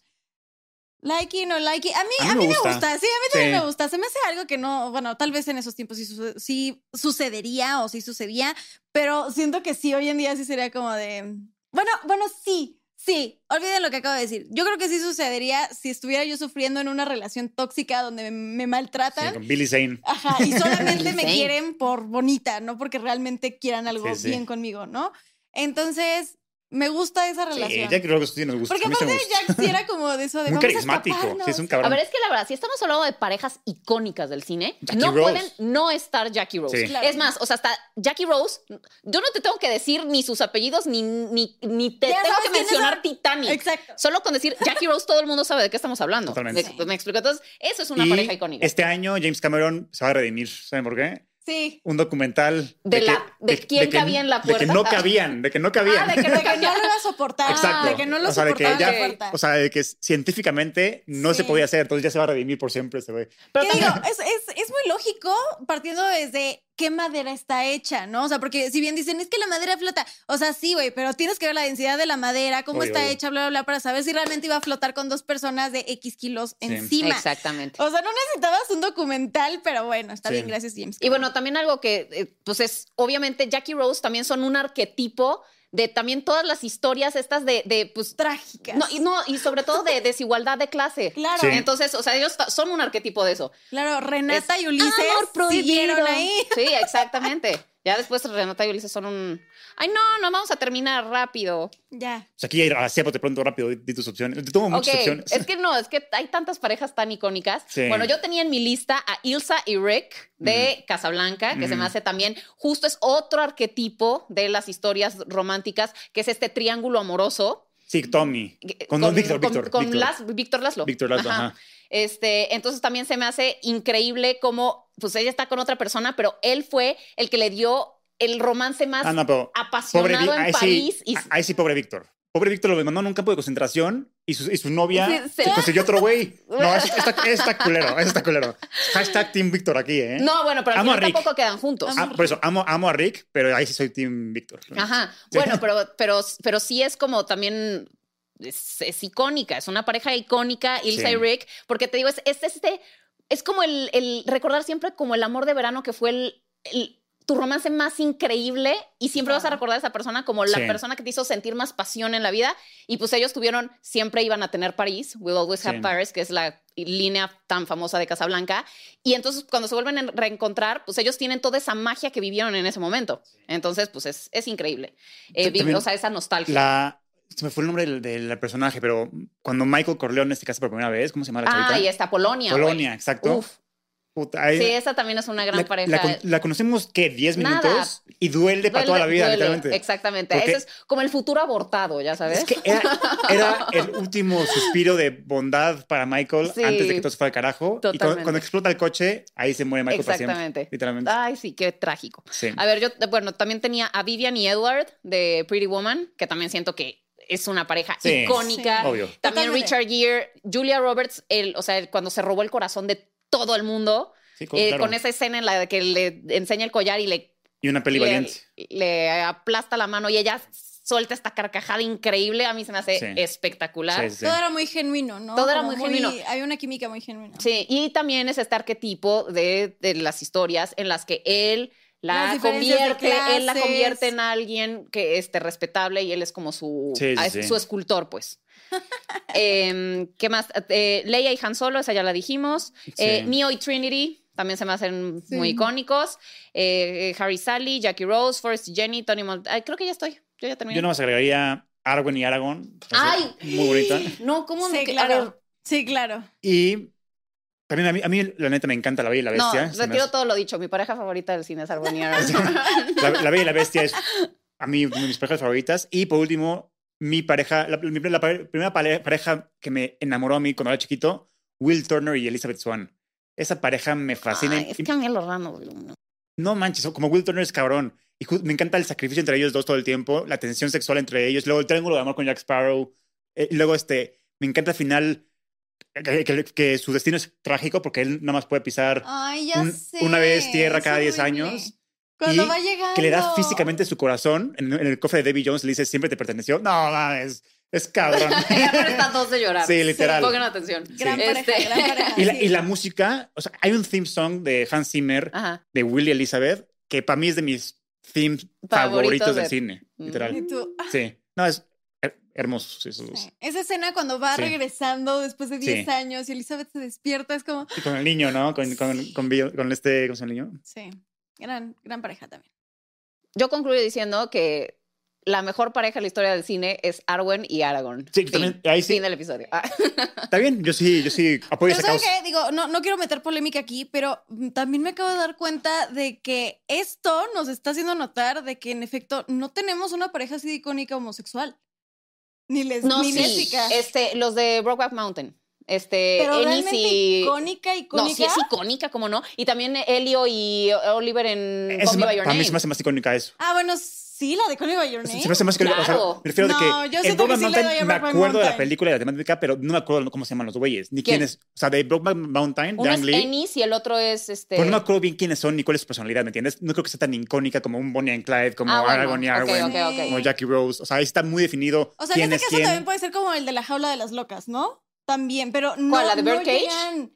S3: Likey, no likey. A mí, a mí, me, gusta. Sí, a mí también
S1: Sí.
S3: me gusta. Se me hace algo que no, bueno, tal vez en esos tiempos sí, su- sí sucedería o sí sucedía, pero siento que sí, hoy en día sí sería como de. Bueno, bueno, sí. Sí, olviden lo que acabo de decir. Yo creo que sí sucedería si estuviera yo sufriendo en una relación tóxica donde me, me maltratan.
S1: Sí, con Billy Zane.
S3: Ajá, y solamente me
S2: Sí.
S3: quieren por bonita, no porque realmente quieran algo
S1: Sí, sí.
S3: bien conmigo, ¿no? Ences, me gusta esa
S1: Sí,
S3: relación.
S1: Jack Rose sí nos gusta.
S3: porque
S1: a mí sí
S3: aparte
S1: me
S3: de
S1: gusta.
S3: Jack sí era como de eso de
S1: Muy
S3: vamos a
S1: carismático. Sí, es un
S3: escaparnos.
S2: A
S1: cabrón.
S2: ver, es que la verdad, si estamos hablando de parejas icónicas del cine,
S1: Jackie
S2: no
S1: Rose.
S2: pueden no estar Jackie Rose.
S1: Sí.
S3: Claro.
S2: Es más, o sea, hasta Jackie Rose, yo no te tengo que decir ni sus apellidos, ni, ni, ni te
S3: Ya
S2: tengo
S3: sabes
S2: que
S3: quiénes
S2: mencionar
S3: son.
S2: Titanic.
S3: Exacto.
S2: Solo con decir Jackie Rose, todo el mundo sabe de qué estamos hablando.
S1: Totalmente.
S2: Me, me explico. Entonces, eso es una
S1: Y
S2: pareja icónica.
S1: Este año James Cameron se va a redimir. ¿Saben por qué?
S3: Sí.
S1: Un documental.
S2: De la- de quién cabía en la
S1: De
S2: puerta.
S1: que no cabían, de que no cabían.
S2: Ah, de que no
S3: De que no lo iba a soportar.
S1: Exacto.
S3: De que no lo
S1: O sea, de que ya-
S3: soportaba la puerta.
S1: o sea, de que científicamente no
S3: Sí.
S1: se podía hacer, entonces ya se va a redimir por siempre este güey.
S2: Pero
S3: ¿Qué digo?
S2: también,
S3: Es, es- es muy lógico partiendo desde qué madera está hecha, ¿no? O sea, porque si bien dicen, es que la madera flota, o sea, sí, güey, pero tienes que ver la densidad de la madera, cómo
S1: Obvio,
S3: está
S1: obvio.
S3: hecha, bla, bla, bla, para saber si realmente iba a flotar con dos personas de X kilos encima.
S2: exactamente.
S3: O sea, no necesitabas un documental, pero bueno, está
S1: Sí.
S3: bien, gracias, James.
S2: Y bueno, también algo que, eh, pues es, obviamente, Jackie Rose también son un arquetipo de también todas las historias estas de, de pues,
S3: Trágica.
S2: no, y, no, y sobre todo de desigualdad de clase.
S3: Claro,
S1: Sí.
S2: Entonces, o sea, ellos ta- son un arquetipo de eso.
S3: claro, Renata y Ulises
S2: Amor
S3: siguieron ahí.
S2: Sí, exactamente. Ya después Renata y Ulises son un... Ay, no, no, vamos a terminar rápido.
S3: Ya.
S1: O sea, aquí hacía pues, de pronto rápido, di, di tus opciones. Te tomo muchas
S2: Ok,
S1: opciones.
S2: es que no, es que hay tantas parejas tan icónicas.
S1: Sí.
S2: Bueno, yo tenía en mi lista a Ilsa y Rick de Casablanca, que se me
S1: Mm.
S2: hace también justo es otro arquetipo de las historias románticas, que es este triángulo amoroso.
S1: Sí, Tommy.
S2: que-
S1: Con, Don Víctor,
S2: con-
S1: Víctor.
S2: con
S1: Víctor.
S2: Las- Víctor Laszlo.
S1: Víctor Laszlo,
S2: Ajá.
S1: ajá.
S2: Este, entonces también se me hace increíble cómo, pues ella está con otra persona, pero él fue el que le dio el romance más
S1: Ah, no, pero. Pobre
S2: apasionado
S1: Víctor.
S2: en
S1: Ahí,
S2: París.
S1: sí, Ah,
S2: y-
S1: ahí sí, pobre Víctor. Pobre Víctor lo mandó en un campo de concentración y su, y su novia
S2: Sí, se-
S1: se consiguió otro güey. No, eso está, eso está culero, eso está culero. Hashtag Team Víctor aquí, ¿eh?
S2: No, bueno, pero al
S1: Amo a
S2: final
S1: Rick.
S2: tampoco quedan juntos.
S1: Ah, por eso, amo, amo a Rick, pero ahí sí soy Team Víctor.
S2: Ajá. Bueno, pero, pero, pero sí es como también. Es, es icónica, es una pareja icónica, Ilsa
S1: Sí.
S2: y Rick, porque te digo, es, es este. Es como el, el recordar siempre como el amor de verano que fue el. el- tu romance más increíble y siempre vas a
S3: Claro.
S2: recordar a esa persona como la
S1: Sí.
S2: persona que te hizo sentir más pasión en la vida y pues ellos tuvieron siempre iban a tener París We'll Always Have
S1: Sí.
S2: Paris que es la línea tan famosa de Casablanca y entonces cuando se vuelven a reencontrar pues ellos tienen toda esa magia que vivieron en ese momento entonces pues es, es increíble eh,
S1: Ta-
S2: vi-
S1: también
S2: o sea, esa nostalgia.
S1: La, se me fue el nombre del, del personaje, pero cuando Michael Corleone se casa por primera vez, ¿cómo se llama la
S2: ah,
S1: chavita?
S2: y esta Polonia. güey.
S1: Polonia, exacto.
S2: Uf.
S1: Puta, ahí-
S2: Sí, esa también es una gran
S1: la,
S2: pareja. eh.
S1: la con- la conocemos, ¿qué? 10
S2: Nada.
S1: minutos y duele, para
S2: Duele-
S1: toda la vida,
S2: duele,
S1: literalmente.
S2: Exactamente.
S1: Porque-
S2: Ese es como el futuro abortado, ya sabes.
S1: Es que era, era el último suspiro de bondad para Michael
S2: Sí.
S1: antes de que todo se fuera al carajo. Y cuando,
S2: Totalmente.
S1: cuando explota el coche, ahí se muere Michael para siempre.
S2: Exactamente.
S1: Literalmente.
S2: Ay, sí, qué trágico.
S1: Sí.
S2: A ver, yo, bueno, también tenía a Vivian y Edward de Pretty Woman, que también siento que es una pareja
S1: Sí.
S2: icónica.
S3: Sí.
S1: Obvio.
S2: También
S3: Totalmente.
S2: Richard Gere, Julia Roberts, el, o sea, el- cuando se robó el corazón de todo el mundo,
S1: Sí, con,
S2: eh,
S1: claro.
S2: con esa eh, escena en la que le enseña el collar y le
S1: Y una peli
S2: le,
S1: valiente.
S2: le aplasta la mano y ella suelta esta carcajada increíble. A mí se me hace
S1: Sí.
S2: espectacular.
S1: Sí,
S2: Sí.
S1: sí, sí.
S3: Todo era muy genuino, ¿no?
S2: Todo era
S3: Como
S2: muy genuino.
S3: Había una química muy genuina.
S2: y también es este arquetipo de, de las historias en las que él la
S3: Las diferencias de
S2: convierte, él la
S3: clases.
S2: convierte en alguien que esté respetable y él es como su,
S1: Sí, sí,
S2: ah, es
S1: sí.
S2: su escultor, pues. Em, ¿Qué más? Eh, Leia y Han Solo, esa ya la dijimos. Eh,
S1: Sí.
S2: Neo y Trinity también se me hacen
S3: Sí.
S2: muy icónicos. Eh, eh, Harry Sally, Jackie Rose, Forrest Jenny, Tony Mont Ay, Creo que ya estoy. Yo ya terminé.
S1: Yo nomás agregaría Arwen y Aragorn.
S2: Ay.
S1: Muy bonita.
S2: No, ¿cómo
S3: Sí,
S2: me que- a ver,
S3: claro. Sí, claro.
S1: Y también a mí, a mí, la neta, me encanta La Bella y la
S2: No,
S1: Bestia. Se me
S2: retiro todo lo dicho. Mi pareja favorita del cine es Arbonne y Aragorn.
S1: hace- la, la Bella y la Bestia es a mí una de mis parejas favoritas. Y por último, mi pareja, la, mi- la pare- primera pare- pareja que me enamoró a mí cuando era chiquito, Will Turner y Elizabeth Swan. Esa pareja me fascina.
S2: Ay, es que a mí los ranos, güey, no.
S1: No manches, como Will Turner es cabrón. Y ju- me encanta el sacrificio entre ellos dos todo el tiempo, la tensión sexual entre ellos, luego el triángulo de amor con Jack Sparrow. eh, y luego, este, me encanta al final que, que- que su destino es trágico porque él nada más puede pisar
S3: Ay, ya
S1: un-
S3: sé.
S1: una vez tierra
S3: es
S1: cada 10
S3: horrible.
S1: años.
S3: Cuando
S1: y
S3: va llegando.
S1: que le da físicamente su corazón. En, en el cofre de Davy Jones le dice, siempre te perteneció. No, mames, es cabrón.
S2: Ya no están dos de llorar.
S1: sí, literal.
S2: Pongan atención.
S3: Gran
S2: Sí.
S3: pareja,
S2: Este-
S3: gran pareja.
S1: y, la,
S3: sí.
S1: y la música, o sea, hay un theme song de Hans Zimmer,
S2: Ajá.
S1: de Will y Elizabeth, que para mí es de mis themes
S2: Favoritos
S1: favoritos, del
S2: de-
S1: cine,
S2: Mm.
S1: literal.
S3: Y tú, ah,
S1: Sí. No, es her- hermoso. sí, eso es-
S3: sí. Esa escena cuando va
S1: Sí.
S3: regresando después de 10
S1: Sí.
S3: años y Elizabeth se despierta, es como.
S1: Y con el niño, ¿no? Con, con, con, Bill- con este, ¿cómo se llama el niño?
S3: Sí, gran, gran pareja también.
S2: Yo concluyo diciendo que la mejor pareja de la historia del cine es Arwen y Aragorn.
S1: Sí,
S2: Fin.
S1: también, ahí sí.
S2: Fin del episodio. Ah,
S1: Está bien, yo sí, yo sí apoyo
S3: Pero
S1: esa
S3: ¿sabes
S1: causa.
S3: qué? Digo, no, no quiero meter polémica aquí, pero mm, también me acabo de dar cuenta de que esto nos está haciendo notar de que en efecto no tenemos una pareja así de icónica homosexual. Ni les
S2: no,
S3: ni
S2: sí.
S3: lésbica.
S2: Este, los de Brokeback Mountain. Este,
S3: pero
S2: Ennis
S3: realmente
S2: y...
S3: icónica,
S2: No,
S3: icónica.
S2: sí es icónica, como no. Y también Elio y Oliver en
S1: Es
S2: Call Me
S1: ma-
S2: By Your
S1: para mí se me
S2: Name.
S1: hace más icónica eso.
S3: Ah, bueno, sí, la de Connie by Your Name.
S1: Se me hace más icónica. o sea,
S2: Claro.
S1: me refiero
S3: No,
S1: de
S3: yo
S1: que en
S3: siento que
S1: Brokeback
S3: sí le
S1: Mountain
S3: doy a
S1: me
S3: Brokeback
S1: acuerdo de la
S3: Mountain.
S1: película y de la temática, pero no me acuerdo cómo se llaman los güeyes, ni
S2: ¿Quién?
S1: quién, es. O sea, de Brokeback Mountain,
S2: Uno
S1: de
S2: es
S1: Ang Lee,
S2: Ennis y el otro es este.
S1: pero no me acuerdo bien quiénes son ni cuál es su personalidad, ¿me entiendes? No creo que sea tan icónica como un Bonnie and Clyde, como
S2: Ah, bueno,
S1: Aragorn y
S2: ok,
S1: Arwen,
S2: ok, ok.
S1: como Jackie Rose. O sea, ahí está muy definido
S3: O sea, en
S1: quién
S3: este
S1: es
S3: caso
S1: quién.
S3: también puede ser como el de la jaula de las locas, ¿no? También, pero no.
S2: ¿La de
S3: no
S2: Birdcage?
S3: llegan-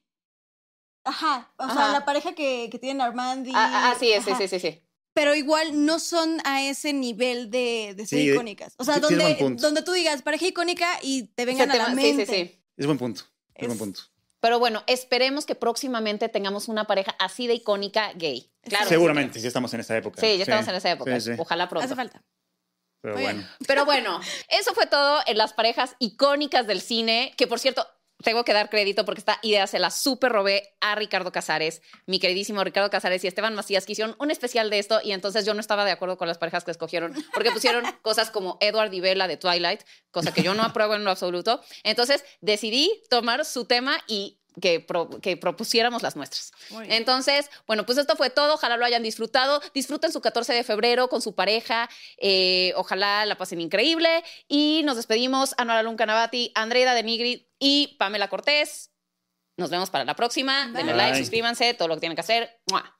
S3: Ajá, o
S2: Ajá.
S3: sea, la pareja que, que tienen Armandi.
S2: Ah, ah, sí, sí,
S3: ajá.
S2: sí, sí, sí.
S3: Pero igual no son a ese nivel de, de ser
S1: Sí, de-
S3: icónicas. O sea,
S1: sí, sí,
S3: donde,
S1: buen punto.
S3: donde tú digas pareja icónica y te vengan
S2: Ese
S3: a la
S2: tema-
S3: mente.
S2: Sí, sí, sí.
S1: Es buen punto. Es, buen
S3: Es-
S1: punto.
S2: Pero bueno, esperemos que próximamente tengamos una pareja así de icónica gay. Claro.
S1: Seguramente, si estamos en esa época.
S2: Sí, ya estamos en esa época.
S1: sí, sí.
S2: Ojalá
S3: Hace
S2: pronto.
S3: falta.
S1: Pero
S3: Muy bien.
S1: bueno.
S2: Pero bueno, eso fue todo en las parejas icónicas del cine, que por cierto, tengo que dar crédito porque esta idea se la super robé a Ricardo Casares, mi queridísimo Ricardo Casares y Esteban Macías, que hicieron un especial de esto y entonces yo no estaba de acuerdo con las parejas que escogieron, porque pusieron cosas como Edward y Bella de Twilight, cosa que yo no apruebo en lo absoluto. Entonces decidí tomar su tema y que, pro- que propusiéramos las nuestras.
S3: Muy bien.
S2: Entonces, bueno, pues esto fue todo. Ojalá lo hayan disfrutado. Disfruten su 14 de febrero con su pareja. Eh, ojalá la pasen increíble. Y nos despedimos. Anuara Lunca Navati, Andreida de Nigri y Pamela Cortés. Nos vemos para la próxima.
S3: Bye.
S2: Denle like,
S1: Bye.
S2: suscríbanse, todo lo que tienen que hacer. ¡Mua!